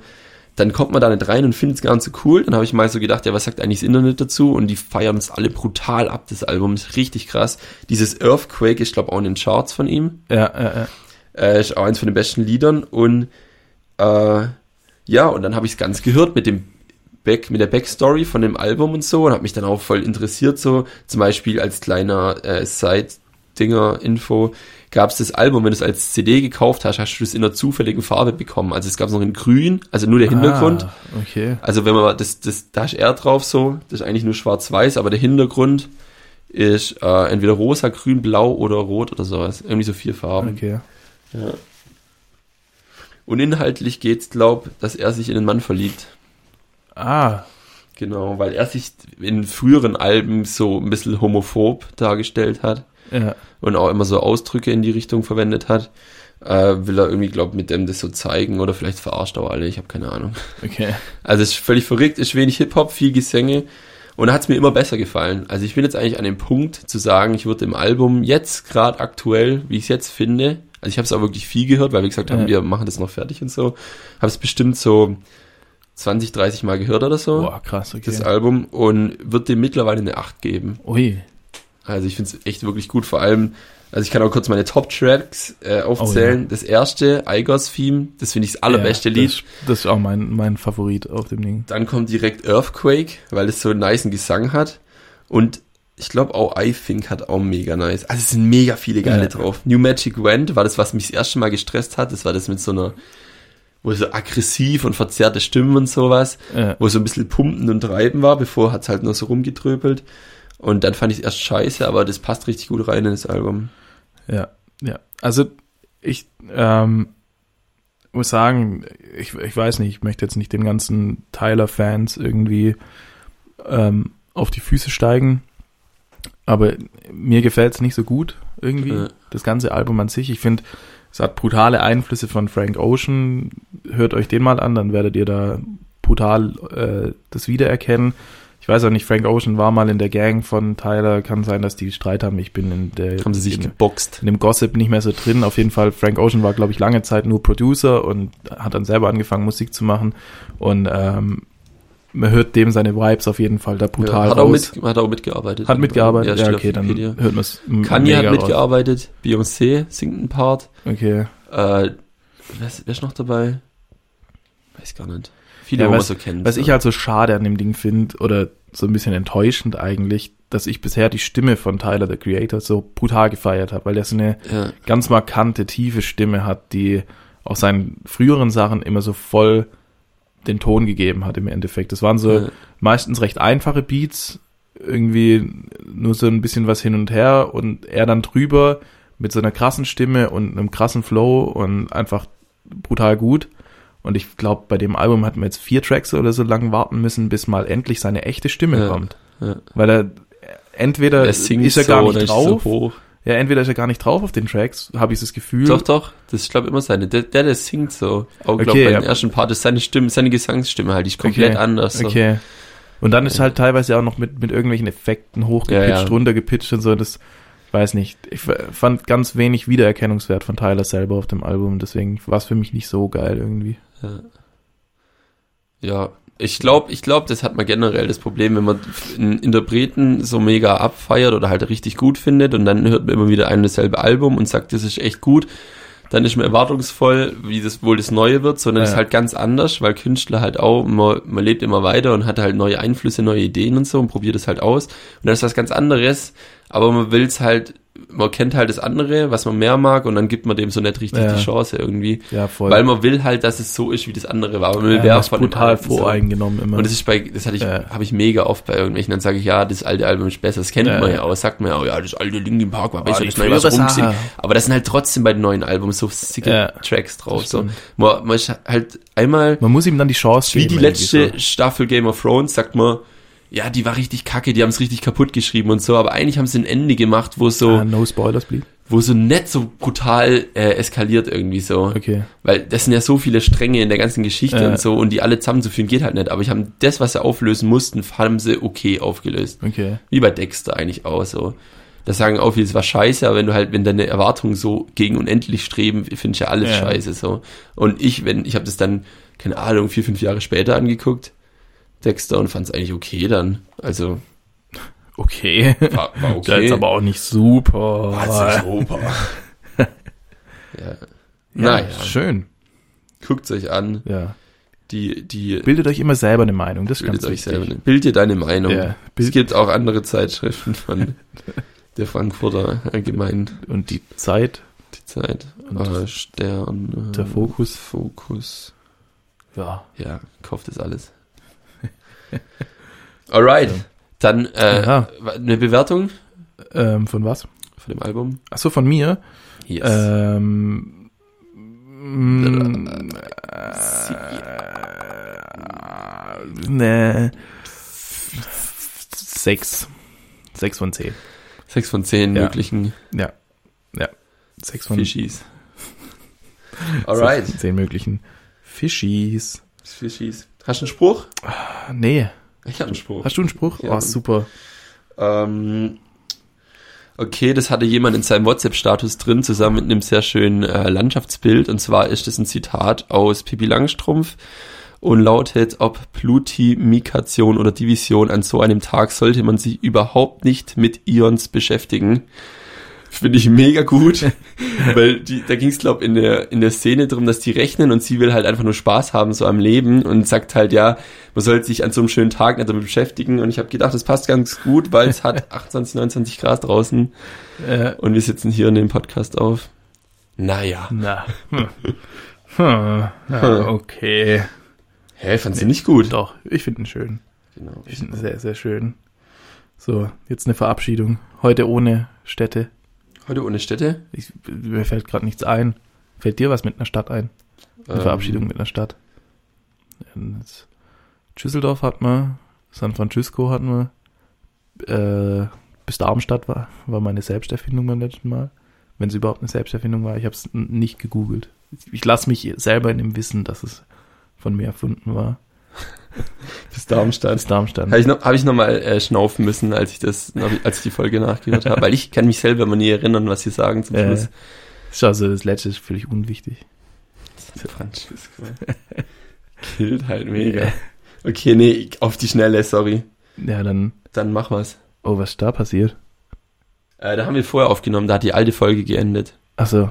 B: dann kommt man da nicht rein und findet es gar nicht so cool. Dann habe ich mal so gedacht, ja, was sagt eigentlich das Internet dazu? Und die feiern es alle brutal ab, das Album. Ist richtig krass. Dieses Earthquake ist, glaube auch in den Charts von ihm.
A: Ja, äh, äh.
B: Äh, ist auch eins von den besten Liedern. Und äh, ja, und dann habe ich es ganz gehört mit dem Back, mit der Backstory von dem Album und so und habe mich dann auch voll interessiert. So, zum Beispiel als kleiner äh, Side-Dinger-Info gab es das Album, wenn du es als CD gekauft hast, hast du es in einer zufälligen Farbe bekommen. Also es gab es noch in grün, also nur der Hintergrund.
A: Ah, okay.
B: Also wenn man das, das, da ist R drauf so, das ist eigentlich nur schwarz-weiß, aber der Hintergrund ist äh, entweder rosa, grün, blau oder rot oder sowas. Irgendwie so vier Farben.
A: Okay.
B: Ja. Und inhaltlich geht's, glaub, dass er sich in den Mann verliebt.
A: Ah,
B: Genau, weil er sich in früheren Alben so ein bisschen homophob dargestellt hat
A: ja.
B: und auch immer so Ausdrücke in die Richtung verwendet hat. Äh, will er irgendwie, glaub, mit dem das so zeigen oder vielleicht verarscht er auch alle, ich habe keine Ahnung.
A: Okay.
B: Also es ist völlig verrückt, ist wenig Hip-Hop, viel Gesänge und da hat's mir immer besser gefallen. Also ich bin jetzt eigentlich an dem Punkt zu sagen, ich würde dem Album jetzt gerade aktuell, wie ich es jetzt finde, also ich habe es auch wirklich viel gehört, weil wir gesagt haben,
A: Ja.
B: wir machen das noch fertig und so, habe es bestimmt so 20, 30 Mal gehört oder so,
A: Boah, krass, okay.
B: das Album und würde dem mittlerweile eine 8 geben.
A: Ui.
B: Also ich finde es echt wirklich gut, vor allem, also ich kann auch kurz meine Top-Tracks
A: Oh
B: äh, aufzählen. Das erste, Igors Theme, das finde ich das allerbeste
A: Ja,
B: Lied.
A: Das, das ist auch mein, mein Favorit auf dem Ding.
B: Dann kommt direkt Earthquake, weil es so einen niceen Gesang hat. Und ich glaube auch I Think hat auch mega nice. Also es sind mega viele geile
A: Ja.
B: drauf. New Magic Wand war das, was mich das erste Mal gestresst hat. Das war das mit so einer, wo so aggressiv und verzerrte Stimmen und sowas,
A: Ja.
B: wo so ein bisschen Pumpen und Treiben war. Bevor hat es halt nur so rumgetröpelt. Und dann fand ich es erst scheiße, aber das passt richtig gut rein in das Album.
A: Ja, ja. Also ich ähm, muss sagen, ich, ich weiß nicht, ich möchte jetzt nicht den ganzen Tyler-Fans irgendwie ähm, auf die Füße steigen, aber mir gefällt es nicht so gut irgendwie,
B: Ja.
A: das ganze Album an sich. Ich finde, es hat brutale Einflüsse von Frank Ocean. Hört euch den mal an, dann werdet ihr da brutal äh, das wiedererkennen. Ich weiß auch nicht, Frank Ocean war mal in der Gang von Tyler. Kann sein, dass die Streit haben. Ich bin in der
B: Haben sie sich
A: in,
B: geboxt.
A: in dem Gossip nicht mehr so drin. Auf jeden Fall, Frank Ocean war, glaube ich, lange Zeit nur Producer und hat dann selber angefangen, Musik zu machen. Und ähm, man hört dem seine Vibes auf jeden Fall da brutal
B: Ja, hat, auch
A: raus.
B: mit, hat auch mitgearbeitet.
A: hat mitgearbeitet, ja,
B: steht auf
A: okay, dann
B: Wikipedia.
A: hört man es
B: Kanye hat
A: mega raus.
B: mitgearbeitet, Beyoncé singt einen Part.
A: Okay.
B: Äh, wer, ist, wer ist noch dabei? Weiß gar nicht. Viele,
A: Ja,
B: wo man
A: was-
B: so kennt.
A: Was ich halt so schade an dem Ding finde, oder so ein bisschen enttäuschend eigentlich, dass ich bisher die Stimme von Tyler, the Creator, so brutal gefeiert habe, weil der so eine
B: ja,
A: ganz markante, tiefe Stimme hat, die auf seinen früheren Sachen immer so voll den Ton gegeben hat im Endeffekt. Das waren so
B: ja,
A: meistens recht einfache Beats, irgendwie nur so ein bisschen was hin und her und er dann drüber mit so einer krassen Stimme und einem krassen Flow und einfach brutal gut. Und ich glaube, bei dem Album hat man jetzt vier Tracks oder so lang warten müssen, bis mal endlich seine echte Stimme
B: Ja.
A: kommt.
B: ja.
A: Weil er entweder
B: Er
A: ist
B: singt
A: er
B: so,
A: gar
B: oder
A: nicht
B: ist
A: drauf,
B: So hoch.
A: ja, entweder ist er gar nicht drauf auf den Tracks, habe ich das Gefühl.
B: Doch, doch, das ist, glaube immer seine. Der, der, der singt so. Auch, glaube
A: Okay,
B: bei
A: ja.
B: den ersten Part ist seine Stimme, seine Gesangsstimme halt, die ist komplett
A: Okay,
B: anders. So.
A: Okay. Und dann ist halt teilweise auch noch mit, mit irgendwelchen Effekten hochgepitcht,
B: Ja, ja.
A: runtergepitcht und so. Das weiß nicht. Ich f- fand ganz wenig Wiedererkennungswert von Tyler selber auf dem Album. Deswegen war es für mich nicht so geil irgendwie.
B: Ja. ja. Ich glaube, ich glaub, das hat man generell das Problem, wenn man einen Interpreten so mega abfeiert oder halt richtig gut findet und dann hört man immer wieder ein und dasselbe Album und sagt, das ist echt gut, dann ist man erwartungsvoll, wie das wohl das Neue wird, sondern
A: Ja.
B: es ist halt ganz anders, weil Künstler halt auch, man, man lebt immer weiter und hat halt neue Einflüsse, neue Ideen und so und probiert es halt aus. Und dann ist was ganz anderes, aber man will es halt, man kennt halt das andere, was man mehr mag und dann gibt man dem so nicht richtig
A: Ja.
B: die Chance irgendwie.
A: Ja, voll.
B: Weil man will halt, dass es so ist, wie das andere war. Aber man will
A: ja,
B: wer
A: man ist
B: von dem
A: brutal
B: Alten so.
A: voreingenommen immer.
B: Und das ist bei, das hatte ich,
A: Ja.
B: habe ich mega oft bei irgendwelchen. Dann sage ich, ja, das alte Album ist besser. Das kennt
A: Ja.
B: man ja auch. Das sagt man ja auch, ja, das alte Linkin Park war
A: Ah,
B: besser.
A: die
B: das neue was
A: frühere
B: rumgesehen.
A: Sache.
B: Aber das sind halt trotzdem bei den neuen Alben so sicke
A: Ja.
B: Tracks drauf.
A: Das
B: So.
A: stimmt.
B: Man, man ist halt einmal,
A: man muss ihm dann die Chance
B: wie die
A: irgendwie
B: letzte
A: so.
B: Staffel Game of Thrones, sagt man, ja, die war richtig kacke, die haben es richtig kaputt geschrieben und so. Aber eigentlich haben sie ein Ende gemacht, wo so,
A: Ah, no spoilers, please.
B: wo so nett so brutal äh, eskaliert irgendwie so.
A: Okay.
B: Weil das sind ja so viele Stränge in der ganzen Geschichte
A: Ja.
B: und so und die alle zusammenzuführen geht halt nicht. Aber ich habe das, was sie auflösen mussten, haben sie okay aufgelöst.
A: Okay.
B: Wie bei Dexter eigentlich auch so. da sagen auch viele, es war scheiße, aber wenn du halt, wenn deine Erwartungen so gegen unendlich streben, finde ich ja alles
A: Ja.
B: scheiße so. Und ich, wenn, ich habe das dann, keine Ahnung, vier, fünf Jahre später angeguckt, Dexter, und fand es eigentlich okay dann. Also,
A: Okay.
B: war, war okay.
A: Das ist aber auch nicht super.
B: War jetzt nicht super. ja.
A: ja,
B: Naja,
A: Schön.
B: guckt euch an.
A: Ja.
B: Die, die
A: Bildet euch immer selber eine Meinung. Das ist
B: bildet
A: ganz
B: euch
A: wichtig.
B: selber. eine- Bild dir deine Meinung.
A: Ja,
B: Es gibt auch andere Zeitschriften von der Frankfurter Allgemeinen.
A: Und die Zeit,
B: Die Zeit.
A: Und
B: äh, Stern. Äh,
A: der Fokus.
B: Fokus.
A: Ja.
B: Ja, kauft das alles. Alright.
A: Ja.
B: Dann äh,
A: Ja.
B: eine Bewertung
A: Ähm, von was?
B: von dem Album. Äh,
A: Ach so, von mir.
B: Yes.
A: Ähm, mm,
B: Sie-
A: ne. Sechs. Sechs von zehn.
B: Sechs von zehn
A: Ja.
B: möglichen
A: Sechs von
B: Fischies. Alright.
A: sechs von zehn möglichen Fischis.
B: Fischies. Hast du einen Spruch?
A: Ah, Nee.
B: Ich habe einen Spruch.
A: Hast du einen Spruch?
B: Ja.
A: Oh, super.
B: Ähm, okay, das hatte jemand in seinem WhatsApp-Status drin, zusammen mit einem sehr schönen äh, Landschaftsbild. Und zwar ist es ein Zitat aus Pippi Langstrumpf und lautet, ob Plutimikation oder Division an so einem Tag sollte man sich überhaupt nicht mit Ions beschäftigen. Finde ich mega gut, weil die, da ging es, glaube in der, in der Szene drum, dass die rechnen und sie will halt einfach nur Spaß haben, so am Leben und sagt halt, ja, man sollte sich an so einem schönen Tag nicht damit beschäftigen und ich habe gedacht, das passt ganz gut, weil es hat 28, 29 Grad draußen
A: Äh,
B: und wir sitzen hier in dem Podcast auf. Naja.
A: na. Hm. Hm.
B: Hm.
A: Ja, okay.
B: Hä, fand sie nicht gut.
A: Doch, ich finde ihn schön.
B: Genau.
A: Ich finde ihn sehr, sehr schön. So, jetzt eine Verabschiedung. Heute ohne Städte.
B: Heute ohne Städte.
A: Ich, mir fällt gerade nichts ein. Fällt dir was mit einer Stadt ein? Eine
B: Ähm,
A: Verabschiedung mit einer Stadt? Ähm, jetzt Düsseldorf hat man, San Francisco hat man, äh, bis Darmstadt war, war meine Selbsterfindung beim letzten Mal. Wenn es überhaupt eine Selbsterfindung war, ich habe es nicht gegoogelt. Ich lasse mich selber in dem Wissen, dass es von mir erfunden war.
B: Bis Darmstadt.
A: Bis Darmstadt.
B: Habe ich noch, hab ich noch mal äh, schnaufen müssen, als ich das, als ich die Folge nachgehört habe, weil ich kann mich selber immer nie erinnern, was sie sagen zum
A: Äh,
B: Schluss.
A: Ist also das letzte ist völlig unwichtig.
B: San Francisco. Killt halt mega. Okay, nee, ich- auf die Schnelle, sorry.
A: Ja, dann,
B: Dann mach mal's.
A: oh, was ist da passiert?
B: Äh, da haben wir vorher aufgenommen, da hat die alte Folge geendet.
A: Achso,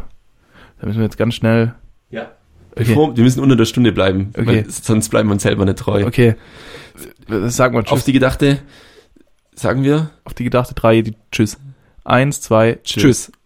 A: da müssen wir jetzt ganz schnell.
B: Ja.
A: Okay.
B: Bevor, wir müssen unter der Stunde bleiben,
A: Okay.
B: weil sonst bleiben wir uns selber nicht treu.
A: Okay, sag mal Tschüss.
B: Auf die Gedachte sagen wir
A: auf die gedachte drei die Tschüss. Eins, zwei,
B: Tschüss.
A: tschüss.